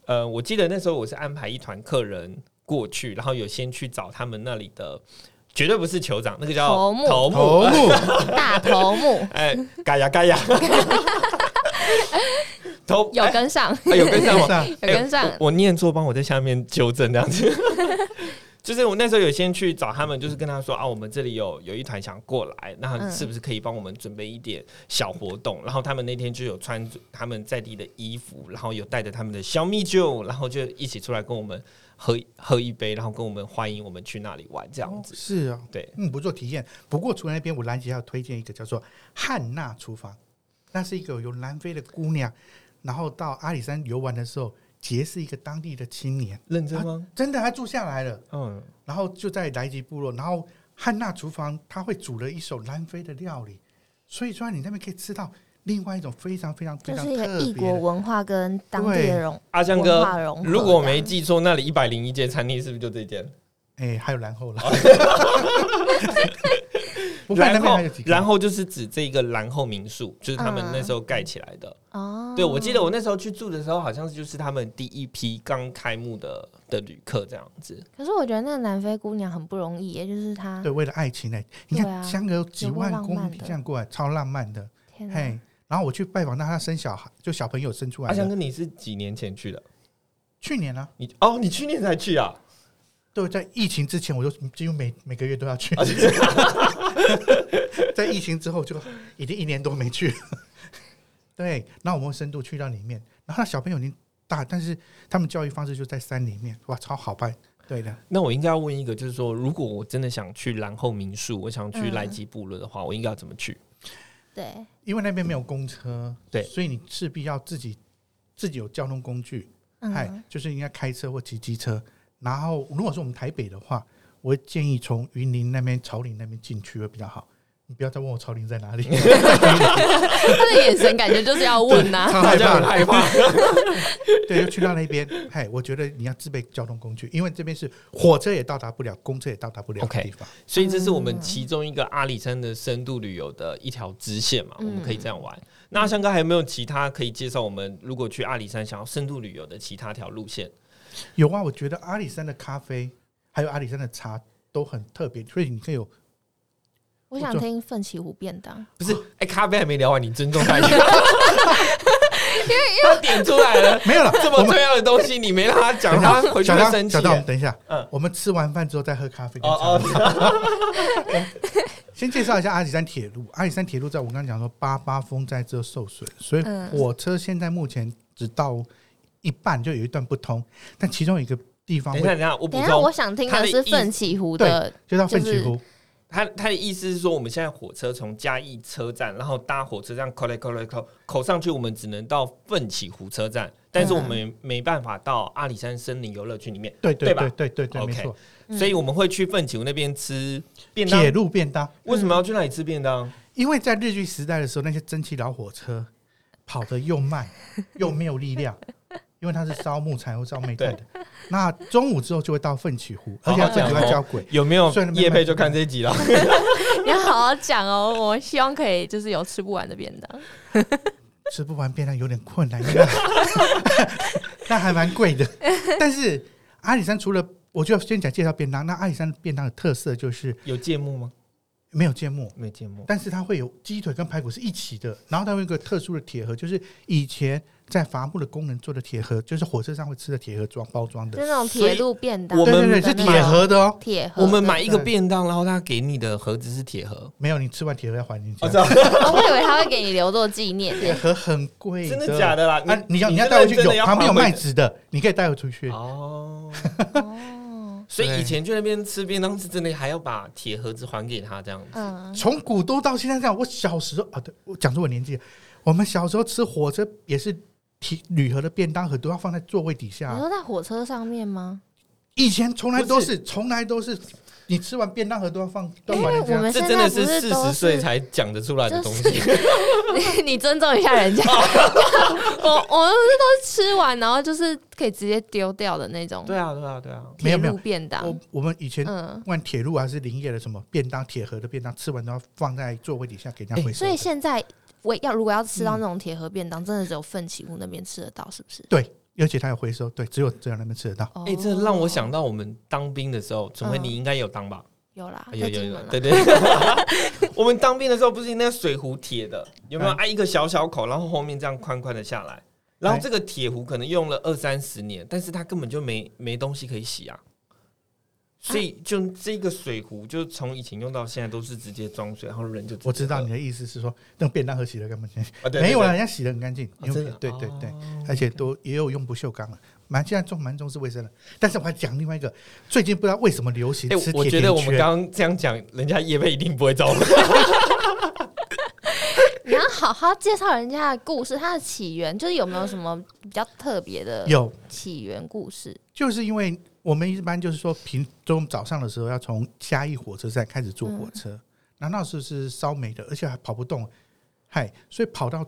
[SPEAKER 1] 呃，我记得那时候我是安排一团客人过去，然后有先去找他们那里的，绝对不是酋长，那个叫
[SPEAKER 2] 头目
[SPEAKER 1] 头目，
[SPEAKER 3] 头目
[SPEAKER 1] 啊
[SPEAKER 2] 大头目
[SPEAKER 1] 哎，嘎呀嘎
[SPEAKER 2] (laughs)
[SPEAKER 1] 呀，头
[SPEAKER 2] 有
[SPEAKER 1] 哎
[SPEAKER 2] 跟上，
[SPEAKER 1] 哎
[SPEAKER 2] (laughs)
[SPEAKER 1] 有跟上吗 (laughs)
[SPEAKER 3] 是？啊，
[SPEAKER 2] 有跟上，
[SPEAKER 1] 哎我念错，帮我在下面纠正这样子。 (laughs) 就是我那时候有先去找他们，就是跟他说啊，我们这里有有一团想过来，那
[SPEAKER 2] 嗯
[SPEAKER 1] 是不是可以帮我们准备一点小活动？然后他们那天就有穿着他们在地的衣服，然后有带着他们的小米酒，然后就一起出来跟我们喝喝一杯，然后跟我们欢迎我们去那里玩这样子。
[SPEAKER 3] 是啊，
[SPEAKER 1] 对，
[SPEAKER 3] 嗯，不做体验。不过除了那边，我兰吉还要推荐一个叫做汉娜厨房，那是一个有南非的姑娘，然后到阿里山游玩的时候结识一个当地的青年，
[SPEAKER 2] 哦
[SPEAKER 1] 认真吗？
[SPEAKER 3] 真的她住下来了，
[SPEAKER 1] 嗯，
[SPEAKER 3] 然后就在莱吉部落，然后汉娜厨房她会煮了一手南非的料理，所以说你那边可以吃到另外一种非常非常非
[SPEAKER 2] 就
[SPEAKER 3] 常
[SPEAKER 2] 是一个
[SPEAKER 3] 特
[SPEAKER 2] 异
[SPEAKER 3] 别
[SPEAKER 2] 国
[SPEAKER 3] 的。
[SPEAKER 2] 文化跟当地的融
[SPEAKER 1] 阿江
[SPEAKER 2] 文
[SPEAKER 1] 啊哥，
[SPEAKER 2] 化融合。
[SPEAKER 1] 如果我没记错，那里一百零一间餐厅是不是就这间？
[SPEAKER 3] 哎、还有然后
[SPEAKER 2] (laughs)
[SPEAKER 3] 啦，不过那
[SPEAKER 1] 然
[SPEAKER 3] 边
[SPEAKER 1] 后
[SPEAKER 3] 还有几，个
[SPEAKER 1] 然后就是指这个然后民宿，就是他们那时候盖起来的。
[SPEAKER 2] 这
[SPEAKER 3] 嗯
[SPEAKER 2] 样哦，
[SPEAKER 1] 对，我记得我那时候去住的时候，好像就是他们第一批刚开幕的的旅客这样子。
[SPEAKER 2] 可是我觉得那个南非姑娘很不容易耶，就是她
[SPEAKER 3] 对，为了爱情呢、你
[SPEAKER 2] 对
[SPEAKER 3] 看
[SPEAKER 2] 啊
[SPEAKER 3] 香港有几
[SPEAKER 2] 有够
[SPEAKER 3] 万
[SPEAKER 2] 浪
[SPEAKER 3] 公
[SPEAKER 2] 漫
[SPEAKER 3] 里
[SPEAKER 2] 的嗯
[SPEAKER 3] 这样过来，超浪漫的。
[SPEAKER 2] 天哪，
[SPEAKER 3] 嘿，然后我去拜访他，他生小孩，就小朋友生出
[SPEAKER 2] 啊
[SPEAKER 3] 来
[SPEAKER 1] 阿翔
[SPEAKER 3] 了。
[SPEAKER 1] 哥，你是几年前去的？
[SPEAKER 3] 去年啊，
[SPEAKER 1] 你哦，你去年才去
[SPEAKER 3] (laughs)
[SPEAKER 1] 啊？
[SPEAKER 3] 对，在疫情之前，我就几乎每每个月都要去。
[SPEAKER 1] 啊
[SPEAKER 3] (laughs) 在疫情之后，就已经一年多没去了。对，那我们深度去到里面，然后他小朋友已经大，但是他们教育方式就在山里面，哇，超好办。对的，
[SPEAKER 1] 那我应该要问一个，就是说，如果我真的想去然后民宿，我想去
[SPEAKER 2] 嗯
[SPEAKER 1] 莱吉部落的话，我应该要怎么去？
[SPEAKER 2] 对，
[SPEAKER 3] 因为那边没有公车，
[SPEAKER 1] 对
[SPEAKER 3] 所以你势必要自己自己有交通工具。嗨
[SPEAKER 2] 嗯，，
[SPEAKER 3] 就是应该开车或骑机车。然后，如果是我们台北的话，我会建议从云林那边、草岭那边进去会比较好。你不要再问我草岭在哪里，
[SPEAKER 2] 她的眼神感觉就是要问啊呐、
[SPEAKER 3] 超
[SPEAKER 1] 大
[SPEAKER 3] 害
[SPEAKER 1] 家很
[SPEAKER 3] 怕。
[SPEAKER 1] 害怕。
[SPEAKER 3] 对，就去到那边。嗨，我觉得你要自备交通工具，因为这边是火车也到达不了，公车也到达不了的
[SPEAKER 1] OK
[SPEAKER 3] 地方。
[SPEAKER 1] 所以这是我
[SPEAKER 2] 嗯
[SPEAKER 1] 们其中一个阿里山的深度旅游的一条支线嘛，我
[SPEAKER 2] 嗯
[SPEAKER 1] 们可以这样玩。那阿香哥还有没有其他可以介绍我们如果去阿里山想要深度旅游的其他条路线？
[SPEAKER 3] 有啊，我觉得阿里山的咖啡还有阿里山的茶都很特别，所以你可以有
[SPEAKER 2] 我想听奋起湖便当，
[SPEAKER 1] 不
[SPEAKER 2] (laughs)
[SPEAKER 1] 是，哎、咖啡还没聊完，你尊重他一下。他点出来了，
[SPEAKER 3] 没有了？
[SPEAKER 1] (laughs) 这么重要的东西你没让他讲，他回去
[SPEAKER 3] 小
[SPEAKER 1] 会
[SPEAKER 3] 张，
[SPEAKER 1] 生气
[SPEAKER 3] 小。张，
[SPEAKER 1] 耶。
[SPEAKER 3] 等一下，
[SPEAKER 1] 嗯
[SPEAKER 3] 我们吃完饭之后再喝咖啡跟
[SPEAKER 1] 哦
[SPEAKER 3] 茶。
[SPEAKER 1] 哦，
[SPEAKER 3] 先介绍一下阿里山铁路。阿里山铁路在我刚刚讲说八八风灾之后受损，所以
[SPEAKER 2] 嗯
[SPEAKER 3] 火车现在目前只到一半就有一段不通，但其中有一个地方
[SPEAKER 1] 哦等一
[SPEAKER 3] 会
[SPEAKER 1] 下，等一下，我补
[SPEAKER 2] 等一下，我
[SPEAKER 1] 充，
[SPEAKER 2] 想听
[SPEAKER 1] 他
[SPEAKER 2] 的
[SPEAKER 1] 的
[SPEAKER 2] 是
[SPEAKER 1] 意
[SPEAKER 2] 奋起湖的，
[SPEAKER 3] 就到
[SPEAKER 2] 就
[SPEAKER 3] 奋起
[SPEAKER 2] 是
[SPEAKER 3] 湖，
[SPEAKER 1] 他他的意思是说，我们现在火车从嘉义车站，然后搭火车这样扣来扣来扣扣上去，我们只能到奋起湖车站，但是我
[SPEAKER 3] 啊
[SPEAKER 1] 们没办法到阿里山森林游乐区里面，
[SPEAKER 3] 对对
[SPEAKER 1] 对吧
[SPEAKER 3] 对对对对，没
[SPEAKER 1] OK
[SPEAKER 3] 错，
[SPEAKER 2] 嗯
[SPEAKER 1] 所以我们会去奋起湖那边吃便当
[SPEAKER 3] 铁。路便当。
[SPEAKER 1] 为什么要去那里吃便当？
[SPEAKER 3] 因为在日据时代的时候，那些蒸汽老火车跑得
[SPEAKER 1] (laughs)
[SPEAKER 3] 又慢又没有力量，因为它是烧木材或烧煤炭的。那中午之后就会到奋起湖，
[SPEAKER 1] 哦
[SPEAKER 3] 而且要奋起湖要交轨。
[SPEAKER 1] 有没有
[SPEAKER 3] 所以那边
[SPEAKER 1] 叶
[SPEAKER 3] 卖
[SPEAKER 1] 配就看这一集了？
[SPEAKER 2] (laughs) 你要好好讲哦。我希望可以就是有吃不完的便当，
[SPEAKER 3] 吃不完便当有点困难，因为 (laughs) 那还蛮贵的。但是阿里山除了我就先讲介绍便当，那阿里山便当的特色就是
[SPEAKER 1] 有芥末吗？
[SPEAKER 3] 没有芥末，
[SPEAKER 1] 没芥末。
[SPEAKER 3] 但是它会有鸡腿跟排骨是一起的，然后它会有一个特殊的铁盒，就是以前在伐木的工人做的铁盒，就是火车上会吃的铁盒装包装
[SPEAKER 2] 就是
[SPEAKER 3] 的。
[SPEAKER 2] 那种铁路便当
[SPEAKER 1] 所以我
[SPEAKER 3] 对
[SPEAKER 1] 们
[SPEAKER 3] 对对，是铁盒的哦，
[SPEAKER 2] 铁盒
[SPEAKER 1] (laughs)
[SPEAKER 2] 的。
[SPEAKER 1] 我们买一个便当，然后他给你的盒子是铁盒。
[SPEAKER 3] 没有你吃完铁盒要还进去
[SPEAKER 1] 我。知道，
[SPEAKER 2] 哦，我以为他会给你留作纪念
[SPEAKER 3] 铁
[SPEAKER 2] 呢。
[SPEAKER 3] 盒很贵，
[SPEAKER 1] 真的假？的啦？
[SPEAKER 3] 啊，你要你要
[SPEAKER 1] 真
[SPEAKER 3] 带
[SPEAKER 1] 的
[SPEAKER 3] 回去
[SPEAKER 1] 真
[SPEAKER 3] 有
[SPEAKER 1] 的，要
[SPEAKER 3] 旁边有
[SPEAKER 1] 还回
[SPEAKER 3] 卖纸的，你可以带回出去。
[SPEAKER 1] 哦。
[SPEAKER 2] 哦，
[SPEAKER 1] 所以
[SPEAKER 3] 对
[SPEAKER 1] 以前去那边吃便当是真的，还要把铁盒子还给他这样子。 (laughs)
[SPEAKER 2] 嗯，
[SPEAKER 3] 从古都到现在这样，我小时候啊，对我讲出我年纪了，我们小时候吃火车也是铁铝盒的便当盒，都要放在座位底下
[SPEAKER 2] 你
[SPEAKER 3] 啊。
[SPEAKER 2] 说在火车上面
[SPEAKER 1] (laughs)
[SPEAKER 2] 吗？ (laughs)
[SPEAKER 3] 以前从来都
[SPEAKER 1] 不
[SPEAKER 3] 是，从来都是，你吃完便当盒都要放，都要
[SPEAKER 2] 因
[SPEAKER 3] 把
[SPEAKER 2] 为
[SPEAKER 3] 人
[SPEAKER 2] 我
[SPEAKER 3] 家。
[SPEAKER 2] 们
[SPEAKER 1] 这
[SPEAKER 2] 现
[SPEAKER 1] 真
[SPEAKER 2] 在
[SPEAKER 1] 的
[SPEAKER 2] 不是
[SPEAKER 1] 四
[SPEAKER 2] 都
[SPEAKER 1] 十岁才讲得出来的东西，
[SPEAKER 2] 你你尊重一下人家。
[SPEAKER 1] 哦
[SPEAKER 2] (laughs) 我我们都是吃完，然后就是可以直接丢掉的那种
[SPEAKER 1] (laughs) 对啊，对啊，对啊，
[SPEAKER 3] 没
[SPEAKER 2] 铁
[SPEAKER 3] 有没有
[SPEAKER 2] 路便当。
[SPEAKER 3] 我我们以前
[SPEAKER 2] 嗯
[SPEAKER 3] 不，管铁路啊还是林业的什么便当铁盒的便当，吃完都要放在座位底下给人家回收
[SPEAKER 2] 哎所
[SPEAKER 3] 的。
[SPEAKER 2] 以现在我要如果要吃
[SPEAKER 1] 嗯
[SPEAKER 2] 到那种铁盒便当，真的只有奋起湖那边吃得到，是不是？
[SPEAKER 3] 对，而且它有回收，对，只有只有那边吃得到。
[SPEAKER 2] 哦
[SPEAKER 1] 哎，这让我想到我们当兵的时候，总会
[SPEAKER 2] 嗯
[SPEAKER 1] 你应该有当吧？哎
[SPEAKER 2] 有啦，
[SPEAKER 1] 有
[SPEAKER 2] 啊
[SPEAKER 1] 有
[SPEAKER 2] 在金
[SPEAKER 1] 有
[SPEAKER 2] 门，啦啊
[SPEAKER 1] 对对。对 (laughs) 我们当兵的时候不是那个水壶铁的，有没有？
[SPEAKER 3] 嗯
[SPEAKER 1] 挨一个小小口，然后后面这样宽宽的下来，然后
[SPEAKER 3] 哎
[SPEAKER 1] 这个铁壶可能用了二三十年，但是它根本就没没东西可以洗啊。所以就这个水壶，就从以前用到现在都是直接装水，然后人就直接
[SPEAKER 3] 我知道
[SPEAKER 1] 喝
[SPEAKER 3] 你的意意思是说，那种便当盒洗的干不净，
[SPEAKER 1] 啊，对
[SPEAKER 3] 没有
[SPEAKER 1] 对
[SPEAKER 3] 了，人家洗的很干净，
[SPEAKER 1] 对啊真的
[SPEAKER 3] 对对对，
[SPEAKER 1] 哦
[SPEAKER 3] 而且都也有用不锈钢了。蛮现在重蛮重视卫生了，但是我还讲另外一个，最近不知道为什么流行
[SPEAKER 1] 哎、
[SPEAKER 3] 吃
[SPEAKER 1] 我
[SPEAKER 3] 铁
[SPEAKER 1] 觉
[SPEAKER 3] 甜
[SPEAKER 1] 得我们
[SPEAKER 3] 圈，
[SPEAKER 1] 刚刚这样讲，人家叶贝一定不会找我们。
[SPEAKER 2] 你要好好介绍人家的故事，它的起源就是有没有什么比较特别的
[SPEAKER 3] 有
[SPEAKER 2] 起源故事？
[SPEAKER 3] 就是因为我们一般就是说平中早上的时候要从嘉义火车站开始坐火车，那那时候是烧煤的，而且还跑不动，嗨，所以跑到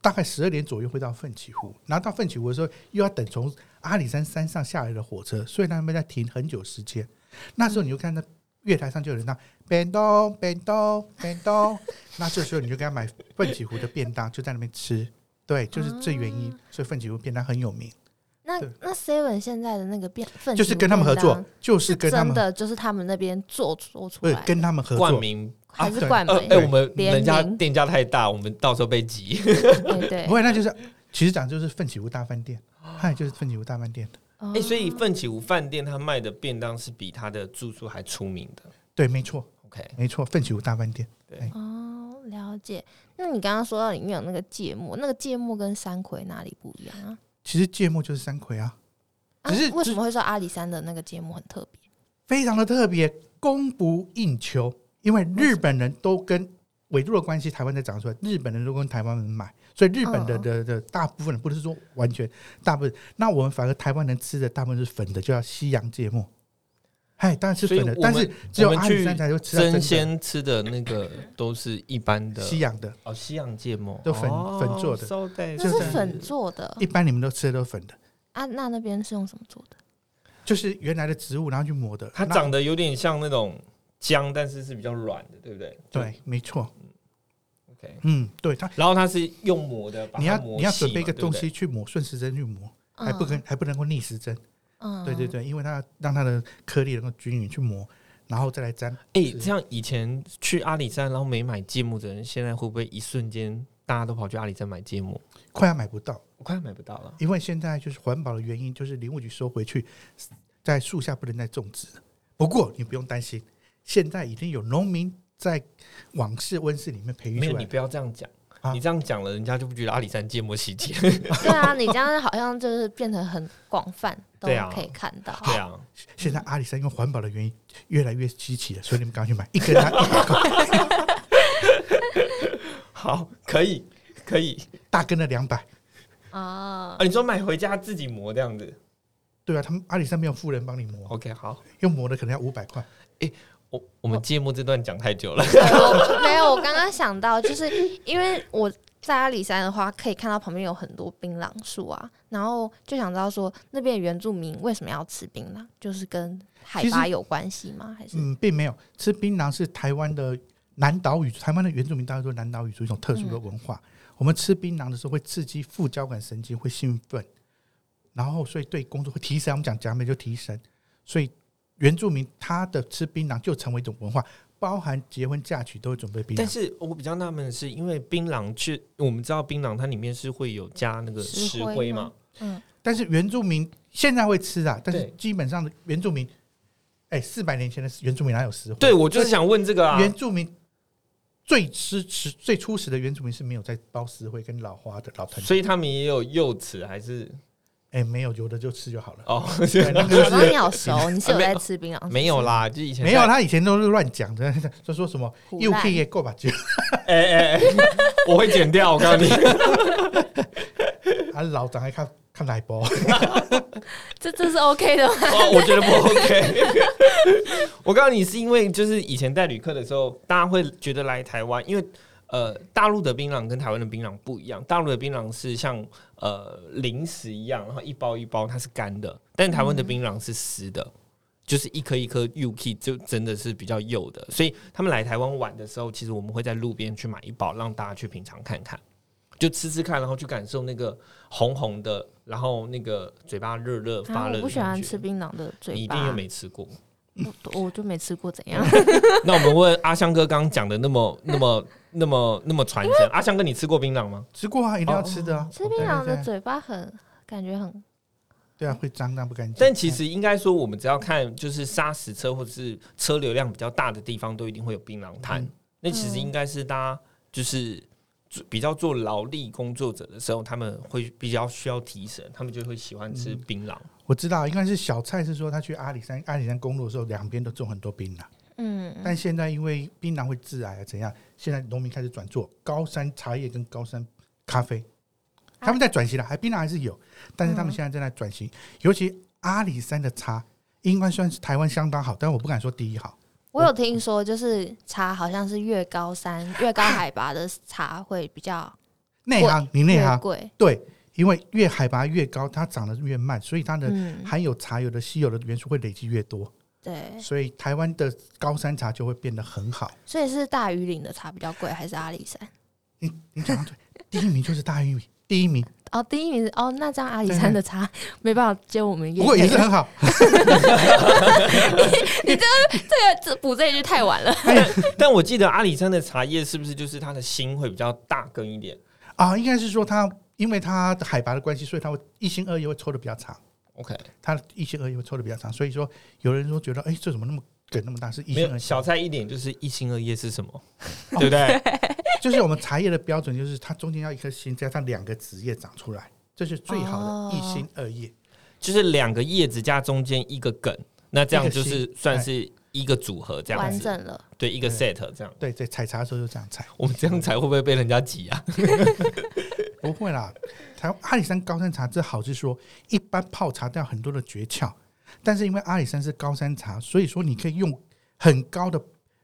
[SPEAKER 3] 大概十二点左右会到奋起湖，然后到奋起湖的时候又要等从阿里山山上下来的火车，所以他们在停很久时间。那时候你就看到月台上就有人唱“便当便当便当”， (laughs) 那这时候你就给他买奋起湖的便当，就在那边吃。对，就是这原因，所以奋起湖便当很有名，
[SPEAKER 2] 那
[SPEAKER 3] 对
[SPEAKER 2] 那 Seven 现在的那个变，奋
[SPEAKER 3] 就是
[SPEAKER 2] 起湖
[SPEAKER 3] 跟他们合
[SPEAKER 2] 便
[SPEAKER 3] 作
[SPEAKER 2] 当，
[SPEAKER 3] 就是跟他
[SPEAKER 2] 真
[SPEAKER 3] 们
[SPEAKER 2] 的就是他们那边做做出
[SPEAKER 3] 不
[SPEAKER 2] 来
[SPEAKER 3] 是
[SPEAKER 2] 的，
[SPEAKER 3] 跟他们合
[SPEAKER 1] 冠
[SPEAKER 3] 作，
[SPEAKER 1] 名，
[SPEAKER 2] 还是
[SPEAKER 3] 对
[SPEAKER 2] 冠
[SPEAKER 1] 呃，
[SPEAKER 2] 美
[SPEAKER 1] 哎、
[SPEAKER 3] 对
[SPEAKER 1] 我们
[SPEAKER 2] 联
[SPEAKER 1] 人家
[SPEAKER 2] 名
[SPEAKER 1] 店家太大，我们到时候被挤。
[SPEAKER 2] 对对
[SPEAKER 3] 不。会，那就是其实讲就是奋起湖大饭店，嗨，就是奋起湖大饭店，
[SPEAKER 1] (laughs)
[SPEAKER 2] 哦
[SPEAKER 1] 哎、所以奋起湖饭店他卖的便当是比他的住宿还出名的。
[SPEAKER 3] 对，没错，
[SPEAKER 1] OK，
[SPEAKER 3] 没错，奋起湖大饭店，
[SPEAKER 2] 哦，了解。那你刚刚说到里面有那个芥末，那个芥末跟山葵哪里不一样啊？
[SPEAKER 3] 其实芥末就是山葵啊，
[SPEAKER 2] 啊
[SPEAKER 3] 只是
[SPEAKER 2] 为什么会说阿里山的那个芥末很特别？
[SPEAKER 3] 非常的特别，供不应求，因为日本人都跟纬度的关系，台湾才长出来，日本人都跟台湾人买，所以日本的
[SPEAKER 2] 嗯
[SPEAKER 3] 的的大部分人不是说完全大部分，那我们反而台湾人吃的大部分是粉的，就叫西洋芥末。嗨，当然是
[SPEAKER 1] 所以
[SPEAKER 3] 粉的，
[SPEAKER 1] 我
[SPEAKER 3] 但
[SPEAKER 1] 们
[SPEAKER 3] 是只有
[SPEAKER 1] 我们
[SPEAKER 3] 阿里山
[SPEAKER 1] 去
[SPEAKER 3] 才会吃到啊
[SPEAKER 1] 生
[SPEAKER 3] 真的
[SPEAKER 1] 鲜吃的那个都是一般的
[SPEAKER 3] 西洋的，
[SPEAKER 1] 哦，西洋芥末哦
[SPEAKER 3] 都粉粉做的
[SPEAKER 1] 的，
[SPEAKER 2] 那
[SPEAKER 1] 就是
[SPEAKER 3] 这样
[SPEAKER 2] 粉做的
[SPEAKER 3] 一般你们都吃的都是粉的。
[SPEAKER 2] 啊？那那边是用什么做的？
[SPEAKER 3] 就是原来的植物，然后去磨的。
[SPEAKER 1] 它
[SPEAKER 3] 那
[SPEAKER 1] 长得有点像那种姜，但是是比较软的，对不对？
[SPEAKER 3] 对，没错，
[SPEAKER 1] 嗯，OK。
[SPEAKER 3] 嗯，对它，
[SPEAKER 1] 然后它是用磨的，把它
[SPEAKER 3] 你要
[SPEAKER 1] 磨
[SPEAKER 3] 你要
[SPEAKER 1] 细
[SPEAKER 3] 准备一
[SPEAKER 1] 嘛
[SPEAKER 3] 个
[SPEAKER 1] 对
[SPEAKER 3] 东
[SPEAKER 1] 不对
[SPEAKER 3] 西去磨，顺时针去磨，还不跟还不能够逆时针。
[SPEAKER 2] 嗯嗯，嗯
[SPEAKER 3] 对对，对，因为它要让它的颗粒能够均匀去磨，然后再来粘。
[SPEAKER 1] 哎、这样以前去阿里山然后没买芥末的人，现在会不会一瞬间大家都跑去阿里山买芥末？
[SPEAKER 3] 快要买不到，
[SPEAKER 1] 我快买不到了。
[SPEAKER 3] 因为现在就是环保的原因，就是林务局收回去，在树下不能再种植。不过你不用担心，现在已经有农民在往事温室里面培育
[SPEAKER 1] 没有，
[SPEAKER 3] 出来
[SPEAKER 1] 你
[SPEAKER 3] 的。
[SPEAKER 1] 不要这样讲。
[SPEAKER 3] 啊
[SPEAKER 1] 你这样讲了，人家就不觉得阿里山芥末洗 (laughs) 劫。
[SPEAKER 2] 对啊，你这样好像就是变得很广泛，都
[SPEAKER 1] 对啊
[SPEAKER 2] 可以看到。
[SPEAKER 1] 对啊，
[SPEAKER 3] 现在阿里山因为环保的原因越来越稀奇了，所以你们赶快去买一
[SPEAKER 1] (laughs)
[SPEAKER 3] 根它一块
[SPEAKER 1] 好，可以，可以。
[SPEAKER 3] 大根的两百。
[SPEAKER 2] 啊
[SPEAKER 1] 啊，，你说买回家自己磨这样子
[SPEAKER 3] 对啊，他们阿里山没有富人帮你磨，
[SPEAKER 1] ？OK，好。
[SPEAKER 3] 要磨的可能要五百块。
[SPEAKER 1] 我我们芥末这段讲太久了，
[SPEAKER 2] 我没有，我刚刚想到，就是因为我在阿里山的话，可以看到旁边有很多槟榔树啊，然后就想知道说那边的原住民为什么要吃槟榔，就是跟海
[SPEAKER 3] 其
[SPEAKER 2] 拔
[SPEAKER 3] 实
[SPEAKER 2] 有关系吗？还是
[SPEAKER 3] 嗯，并没有吃槟榔是台湾的南岛语，台湾的原住民大家都南岛语族一种特殊的文化。
[SPEAKER 1] 嗯
[SPEAKER 3] 我们吃槟榔的时候会刺激副交感神经，会兴奋，然后所以对工作会提神。我们讲讲美就提神，所以原住民他的吃槟榔就成为一种文化，包含结婚嫁娶都会准备槟
[SPEAKER 1] 但
[SPEAKER 3] 榔。
[SPEAKER 1] 是我比较纳闷的是，因为槟榔是我们知道槟榔它里面是会有加那个
[SPEAKER 2] 石
[SPEAKER 1] 石
[SPEAKER 2] 灰
[SPEAKER 1] 灰
[SPEAKER 2] 吗
[SPEAKER 1] 嘛，
[SPEAKER 2] 嗯，
[SPEAKER 3] 但是原住民现在会吃啊，但是
[SPEAKER 1] 对
[SPEAKER 3] 基本上的原住民，哎，四百年前的原住民哪有食？
[SPEAKER 1] 对，我就是想问这个啊。
[SPEAKER 3] 原住民最吃吃最初始的原住民是没有在包石灰跟老花的老藤，
[SPEAKER 1] 所以他们也有柚子还是
[SPEAKER 3] 哎、没有，有的就吃就好了。
[SPEAKER 1] 哦？
[SPEAKER 3] 对，那个
[SPEAKER 1] (laughs)
[SPEAKER 2] 我帮
[SPEAKER 3] 就
[SPEAKER 2] 你
[SPEAKER 3] 是
[SPEAKER 2] 好熟，哦你是有
[SPEAKER 1] 嗯没
[SPEAKER 2] 在
[SPEAKER 1] 有
[SPEAKER 2] 吃槟榔？
[SPEAKER 1] 没有，啦，就以前
[SPEAKER 3] 没有，
[SPEAKER 1] 啦。
[SPEAKER 3] 他以前都是乱讲的， (laughs) 就说什么
[SPEAKER 2] 胡
[SPEAKER 3] 又
[SPEAKER 2] 乱
[SPEAKER 3] 可以够把酒 (laughs)
[SPEAKER 1] 哎哎哎，我会剪掉，我告诉你。
[SPEAKER 3] 啊，老长还看看
[SPEAKER 1] (laughs)
[SPEAKER 3] 奶包，
[SPEAKER 2] 这这是 OK 的吗？
[SPEAKER 1] 哦，我觉得不 OK。我告诉你，是因为就是以前带旅客的时候，大家会觉得来台湾，因为呃，大陆的槟榔跟台湾的槟榔不一样，大陆的槟榔是像呃零食一样，然后一包一包它是干的，但台湾的槟榔是湿的。就是一颗一颗 UK 就真的是比较幼的，所以他们来台湾玩的时候，其实我们会在路边去买一包，让大家去品尝看看，就吃吃看，然后去感受那个红红的，然后那个嘴巴热热
[SPEAKER 2] 啊
[SPEAKER 1] 发热、
[SPEAKER 2] 我不喜欢吃槟榔的
[SPEAKER 1] 你
[SPEAKER 2] 嘴
[SPEAKER 1] 一
[SPEAKER 2] 巴
[SPEAKER 1] 定，又没吃过。 (laughs)
[SPEAKER 2] 我我就没吃过怎样？
[SPEAKER 1] 那我们问阿香哥刚刚讲的那么那么那么那么传神，阿香哥你吃过槟榔吗？
[SPEAKER 3] 吃过啊，一定要吃的
[SPEAKER 1] 哦
[SPEAKER 3] 啊，
[SPEAKER 2] 吃槟榔的
[SPEAKER 3] 对对对
[SPEAKER 2] 嘴巴很感觉很
[SPEAKER 3] 对啊，会脏脏不干净。
[SPEAKER 1] 但其实应该说，我们只要看就是砂石车或者是车流量比较大的地方，都一定会有槟榔摊。
[SPEAKER 3] 嗯
[SPEAKER 1] 那其实应该是大家就是做比较做劳力工作者的时候，他们会比较需要提神，他们就会喜欢吃
[SPEAKER 3] 嗯
[SPEAKER 1] 槟榔。
[SPEAKER 3] 哎我知道，应该是小蔡是说他去阿里山阿里山公路的时候，两边都种很多啊槟榔，
[SPEAKER 2] 嗯，
[SPEAKER 3] 但现在因为槟榔会致癌啊怎样，现在农民开始转做高山茶叶跟高山咖啡，
[SPEAKER 2] 啊
[SPEAKER 3] 他们在转型了，还槟榔还是有，但是他们现在正在转型，尤其阿里山的茶应该算是台湾相当好，但我不敢说第一好。
[SPEAKER 2] 我有听说，就是茶好像是越高山、越高海拔的茶会比较
[SPEAKER 3] 内行，你内
[SPEAKER 2] 越
[SPEAKER 3] 行，啊
[SPEAKER 2] 贵。
[SPEAKER 3] 对，因为越海拔越高，它长得越慢，所以它的
[SPEAKER 2] 嗯，
[SPEAKER 3] 含有茶油的稀有的元素会累积越多，
[SPEAKER 2] 对，
[SPEAKER 3] 所以台湾的高山茶就会变得
[SPEAKER 2] (laughs)
[SPEAKER 3] 很好。
[SPEAKER 2] 所以是大余岭的茶比较贵，还是阿里山？
[SPEAKER 3] 你你讲得对，第一名就是大玉米，
[SPEAKER 2] (laughs)
[SPEAKER 3] 第一名，
[SPEAKER 2] 哦，第一名是哦，那这样阿里山的茶没办法接我们业
[SPEAKER 3] 不过也
[SPEAKER 2] 配
[SPEAKER 3] 是
[SPEAKER 2] 了。
[SPEAKER 3] 很好。
[SPEAKER 2] 这个这补这一句太晚了。
[SPEAKER 1] 但我记得阿里山的茶叶是不是就是它的心会比较大根一点
[SPEAKER 3] 啊，应该是说它，因为它的海拔的关系，所以它会一心二意会抽的比较长，
[SPEAKER 1] ？OK，
[SPEAKER 3] 它的一心二意会抽的比较长，所以说有人说觉得，哎、这怎么那么梗那么大？是
[SPEAKER 1] 没
[SPEAKER 3] 一心二
[SPEAKER 1] 有
[SPEAKER 3] 意，
[SPEAKER 1] 小菜一点就是一心二叶是什
[SPEAKER 3] (laughs)
[SPEAKER 1] 么？对不对？
[SPEAKER 3] 就是我们茶叶的标准，就是它中间要一颗心，加上两个子叶长出来，这是最好
[SPEAKER 2] 哦
[SPEAKER 3] 的一心二叶。
[SPEAKER 1] 就是两个叶子加中间一个梗，那这样就是算是一个组合这样
[SPEAKER 2] 完
[SPEAKER 1] 子，
[SPEAKER 2] 整了，
[SPEAKER 1] 对，嗯一个 set 这样。
[SPEAKER 3] 对对，采茶的时候就这样采，
[SPEAKER 1] 我们这样才会不会被人家挤啊？
[SPEAKER 3] 不会啦。台阿里山高山茶这好是说，一般泡茶都要很多的诀窍，但是因为阿里山是高山茶，所以说你可以用很高的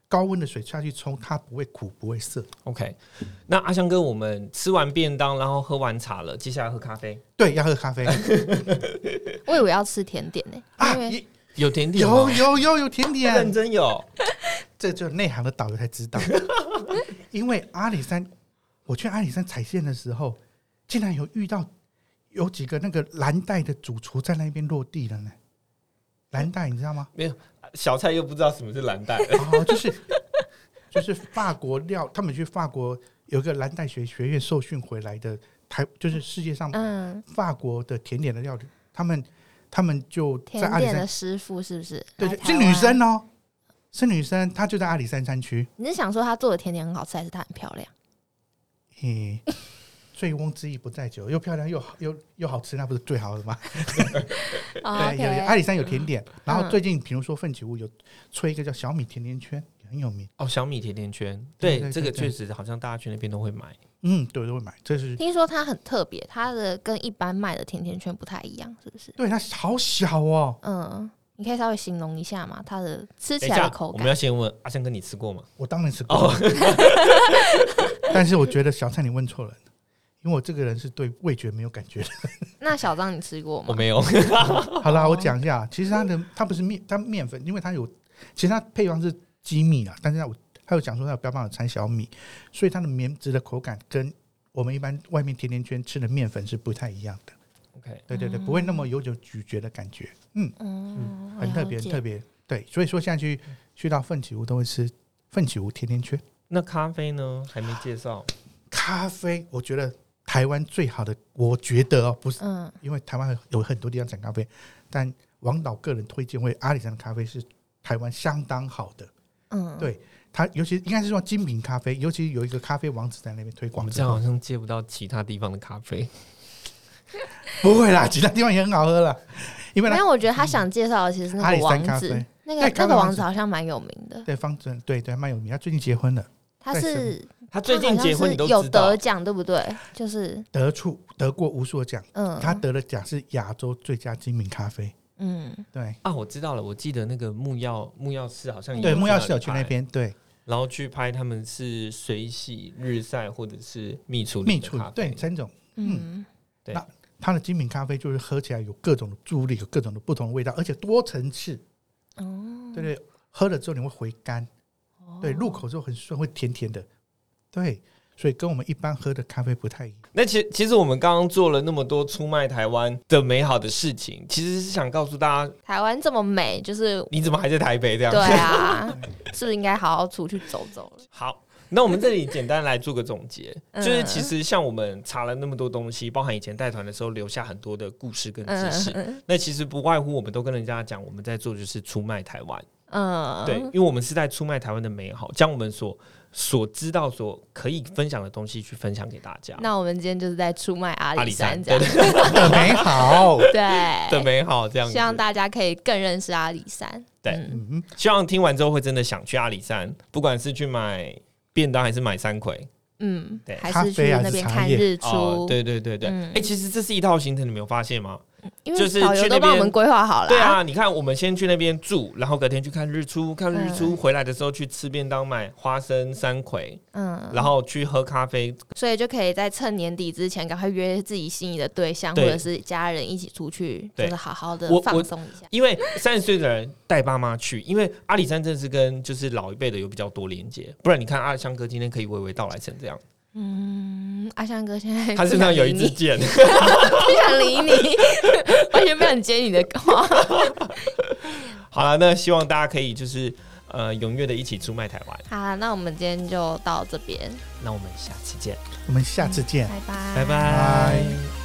[SPEAKER 3] 高温的水下去冲，它不会苦，不会涩。
[SPEAKER 1] OK，那阿香哥，我们吃完便当，然后喝完茶了，接下来喝咖啡，
[SPEAKER 3] 对，要喝
[SPEAKER 2] (laughs)
[SPEAKER 3] 咖啡
[SPEAKER 2] 我以为要吃甜点呢、
[SPEAKER 3] 啊
[SPEAKER 2] 因！为
[SPEAKER 3] 也
[SPEAKER 1] 有甜点吗
[SPEAKER 3] 有有有有甜
[SPEAKER 1] 认
[SPEAKER 3] 点，
[SPEAKER 1] 真有，
[SPEAKER 3] 这就内行的导游才
[SPEAKER 2] (laughs)
[SPEAKER 3] 知道。因为阿里山，我去阿里山踩线的时候，竟然有遇到有几个那个蓝带的主厨在那边落地了呢。蓝带你知道吗？
[SPEAKER 1] 小蔡又不知道什么是蓝 (laughs) 带，
[SPEAKER 3] 哦，就是 (laughs) 就是法国料，他们去法国有一个蓝带学学院受训回来的台，就是世界上
[SPEAKER 2] 嗯，
[SPEAKER 3] 法国的甜点的料理，他们他们就在
[SPEAKER 2] 甜
[SPEAKER 3] 阿里
[SPEAKER 2] 点
[SPEAKER 3] 山
[SPEAKER 2] 的师傅是不是？
[SPEAKER 3] 对
[SPEAKER 2] 来
[SPEAKER 3] 对，
[SPEAKER 2] 台
[SPEAKER 3] 是
[SPEAKER 2] 湾
[SPEAKER 3] 女生哦，是女生，她就在阿里山山区，
[SPEAKER 2] 你是想说她做的甜点很好吃，还是她很漂亮？
[SPEAKER 3] 嘿，醉翁之意不在酒，又漂亮又好又又好吃，那不是最好的吗？
[SPEAKER 2] 哦
[SPEAKER 3] 对，有有
[SPEAKER 2] OK
[SPEAKER 3] 阿里山有甜点，然后
[SPEAKER 2] 嗯
[SPEAKER 3] 最近比如说奋起屋有吹一个叫小米甜甜圈，也很有名。
[SPEAKER 1] 哦，小米甜甜圈，
[SPEAKER 3] 对
[SPEAKER 1] 对，
[SPEAKER 3] 对
[SPEAKER 1] 这
[SPEAKER 3] 对
[SPEAKER 1] 个确
[SPEAKER 3] 对
[SPEAKER 1] 实好像大家去那边都会买。
[SPEAKER 3] 嗯，对，我都会买。这是
[SPEAKER 2] 听说它很特别，它的跟一般卖的甜甜圈不太一样，是不是？
[SPEAKER 3] 对它好小哦，
[SPEAKER 2] 嗯，你可以稍微形容一下嘛，它的吃
[SPEAKER 1] 等
[SPEAKER 2] 起
[SPEAKER 1] 一
[SPEAKER 2] 来
[SPEAKER 1] 下
[SPEAKER 2] 的，口
[SPEAKER 1] 我
[SPEAKER 2] 感
[SPEAKER 1] 们。要先问阿香哥，你吃过吗？
[SPEAKER 3] 我当然吃过
[SPEAKER 1] 哦，
[SPEAKER 3] (laughs) 但是我觉得小蔡你问错人，因为我这个人是对味觉没有感觉的。
[SPEAKER 2] 那小张你吃过
[SPEAKER 1] 我 (laughs)
[SPEAKER 2] 吗？
[SPEAKER 1] 没有。
[SPEAKER 3] (laughs) 好啦，我讲一下，其实它的它不是面，它面粉，因为它有，其实它配方是机密啊，但是它有它有讲说它有标榜有掺小米，所以它的棉质的口感跟我们一般外面甜甜圈吃的面粉是不太一样的。
[SPEAKER 1] OK，
[SPEAKER 3] 对对对，不会那么有种咀嚼的感觉，
[SPEAKER 2] 嗯，
[SPEAKER 3] 很特别，很特
[SPEAKER 2] 别。
[SPEAKER 3] 别。对，所以说现在去去到奋起屋都会吃奋起屋甜甜圈。
[SPEAKER 1] 那咖啡呢？还没介绍。
[SPEAKER 3] 咖啡，我觉得台湾最好的，我觉得哦，不是
[SPEAKER 2] 嗯，
[SPEAKER 3] 因为台湾有很多地方产咖啡，但王导个人推荐为阿里山的咖啡是台湾相当好的。
[SPEAKER 2] 嗯，
[SPEAKER 3] 对他尤其应该是说精品咖啡，尤其有一个咖啡王子在那边推
[SPEAKER 1] 我
[SPEAKER 3] 广
[SPEAKER 1] 们
[SPEAKER 3] 之
[SPEAKER 1] 这样
[SPEAKER 3] 后。
[SPEAKER 1] 好像接不到其他地方的咖啡。
[SPEAKER 3] 不会啦，其他地方也很好喝啦，因为
[SPEAKER 2] 没
[SPEAKER 3] 他
[SPEAKER 2] 有，我觉得他想介绍的其实是
[SPEAKER 3] 嗯阿
[SPEAKER 2] 那
[SPEAKER 3] 里
[SPEAKER 2] 个
[SPEAKER 3] 山
[SPEAKER 2] 王
[SPEAKER 3] 咖
[SPEAKER 2] 子
[SPEAKER 3] 啡，
[SPEAKER 2] 那
[SPEAKER 3] 对
[SPEAKER 2] 个
[SPEAKER 3] 咖
[SPEAKER 2] 那
[SPEAKER 3] 啡
[SPEAKER 2] 个
[SPEAKER 3] 王
[SPEAKER 2] 王
[SPEAKER 3] 子
[SPEAKER 2] 子好像蛮有名的，
[SPEAKER 3] 对方正对对还蛮有名，他最近结婚了，
[SPEAKER 2] 他
[SPEAKER 3] 在
[SPEAKER 2] 是
[SPEAKER 1] 他最近结婚，你
[SPEAKER 2] 他
[SPEAKER 1] 都
[SPEAKER 2] 好像是
[SPEAKER 1] 知
[SPEAKER 2] 有得
[SPEAKER 1] 道。
[SPEAKER 2] 奖对不对？就是
[SPEAKER 3] 得出得过无数的奖，
[SPEAKER 2] 嗯，
[SPEAKER 3] 他得了奖是亚洲最佳精品咖啡。
[SPEAKER 2] 嗯，
[SPEAKER 3] 对
[SPEAKER 1] 啊，我知道了，我记得那个木曜木曜市好像也
[SPEAKER 3] 对，
[SPEAKER 1] 有
[SPEAKER 3] 木曜是有去
[SPEAKER 1] 拍
[SPEAKER 3] 那，边，对
[SPEAKER 1] 然后去拍他们是水洗、日晒或者是蜜处理
[SPEAKER 3] 蜜
[SPEAKER 1] 的
[SPEAKER 3] 处理
[SPEAKER 1] 咖啡
[SPEAKER 3] 对三种。
[SPEAKER 2] 嗯，
[SPEAKER 3] 它的精品咖啡就是喝起来有各种的助力，有各种的不同的味道，而且多层次。
[SPEAKER 2] 哦，
[SPEAKER 3] 对对，喝了之后你会回甘，嗯对，入口之后很顺，会甜甜的。对，所以跟我们一般喝的咖啡不太一样。
[SPEAKER 1] 那其其实我们刚刚做了那么多出卖台湾的美好的事情，其实是想告诉大家，
[SPEAKER 2] 台湾这么美，就是
[SPEAKER 1] 你怎么还在台北这样？
[SPEAKER 2] 对啊，是不是应该好好出去走走了？
[SPEAKER 1] 好，那我们这里简单来做个总
[SPEAKER 2] (laughs)
[SPEAKER 1] 结，
[SPEAKER 2] 嗯
[SPEAKER 1] 就是其实像我们查了那么多东西，包含以前带团的时候留下很多的故事跟 (laughs) 知识。
[SPEAKER 2] 嗯
[SPEAKER 1] 那其实不外乎我们都跟人家讲，我们在做就是出卖台湾，
[SPEAKER 2] 嗯，
[SPEAKER 1] 对，因为我们是在出卖台湾的美好，将我们所所知道、所可以分享的东西去分享给大家。
[SPEAKER 2] 那我们今天就是在出卖阿
[SPEAKER 1] 阿
[SPEAKER 2] 里
[SPEAKER 1] 里
[SPEAKER 2] 山
[SPEAKER 1] 山
[SPEAKER 2] 这样， (laughs)
[SPEAKER 1] 对 (laughs) 对
[SPEAKER 3] 的美好，
[SPEAKER 1] 的
[SPEAKER 2] 对，
[SPEAKER 1] 美好这样
[SPEAKER 2] 希望
[SPEAKER 1] 子，
[SPEAKER 2] 大家可以更认识阿里山。
[SPEAKER 1] 对
[SPEAKER 2] 嗯
[SPEAKER 3] 嗯，
[SPEAKER 1] 希望听完之后会真的想去阿里山，不管是去买便当还是买山葵。
[SPEAKER 2] 嗯
[SPEAKER 1] 对，
[SPEAKER 2] 还
[SPEAKER 3] 咖
[SPEAKER 2] 是去
[SPEAKER 3] 啡还啊
[SPEAKER 2] 那
[SPEAKER 3] 是
[SPEAKER 2] 边
[SPEAKER 3] 茶
[SPEAKER 2] 看
[SPEAKER 3] 叶
[SPEAKER 2] 日
[SPEAKER 1] 哦
[SPEAKER 2] 出，，
[SPEAKER 1] 对对对对，哎、
[SPEAKER 2] 嗯
[SPEAKER 1] 其实这是一套行程，你没有发现吗？
[SPEAKER 2] 因
[SPEAKER 1] 就
[SPEAKER 2] 为
[SPEAKER 1] 是
[SPEAKER 2] 导游
[SPEAKER 1] 去
[SPEAKER 2] 都
[SPEAKER 1] 那
[SPEAKER 2] 帮我
[SPEAKER 1] 边
[SPEAKER 2] 们规划好了。
[SPEAKER 1] 对，啊，你看，我们先去那边住，然后隔天去看日出，看
[SPEAKER 2] 嗯
[SPEAKER 1] 日出、回来的时候去吃便当，买花生、山葵，
[SPEAKER 2] 嗯，
[SPEAKER 1] 然后去喝咖啡。
[SPEAKER 2] 所以就可以在趁年底之前赶快约自己心仪的对象或
[SPEAKER 1] 对
[SPEAKER 2] 者是家人一起出去，
[SPEAKER 1] 对
[SPEAKER 2] 就是好好的
[SPEAKER 1] 我
[SPEAKER 2] 放
[SPEAKER 1] 我
[SPEAKER 2] 松一下。
[SPEAKER 1] 因为三十岁的人带爸妈去，因为阿里山真的是跟就是老一辈的有比较多连接，不然你看阿香哥今天可以娓娓道来成这样，
[SPEAKER 2] 嗯，阿香哥现在
[SPEAKER 1] 他
[SPEAKER 2] 不
[SPEAKER 1] 身
[SPEAKER 2] 想
[SPEAKER 1] 上有
[SPEAKER 2] 理
[SPEAKER 1] 一支 (laughs)
[SPEAKER 2] 你，
[SPEAKER 1] 箭。
[SPEAKER 2] 不想理
[SPEAKER 1] (laughs)
[SPEAKER 2] 你，完全不想接你的话。
[SPEAKER 1] 好了，那希望大家可以就是呃踊跃的一起出卖台湾，
[SPEAKER 2] 好啊啦，那我们今天就到这边，
[SPEAKER 1] 那我们下次见，
[SPEAKER 3] 我们下次见。
[SPEAKER 2] 拜拜，
[SPEAKER 1] 拜拜。
[SPEAKER 3] 拜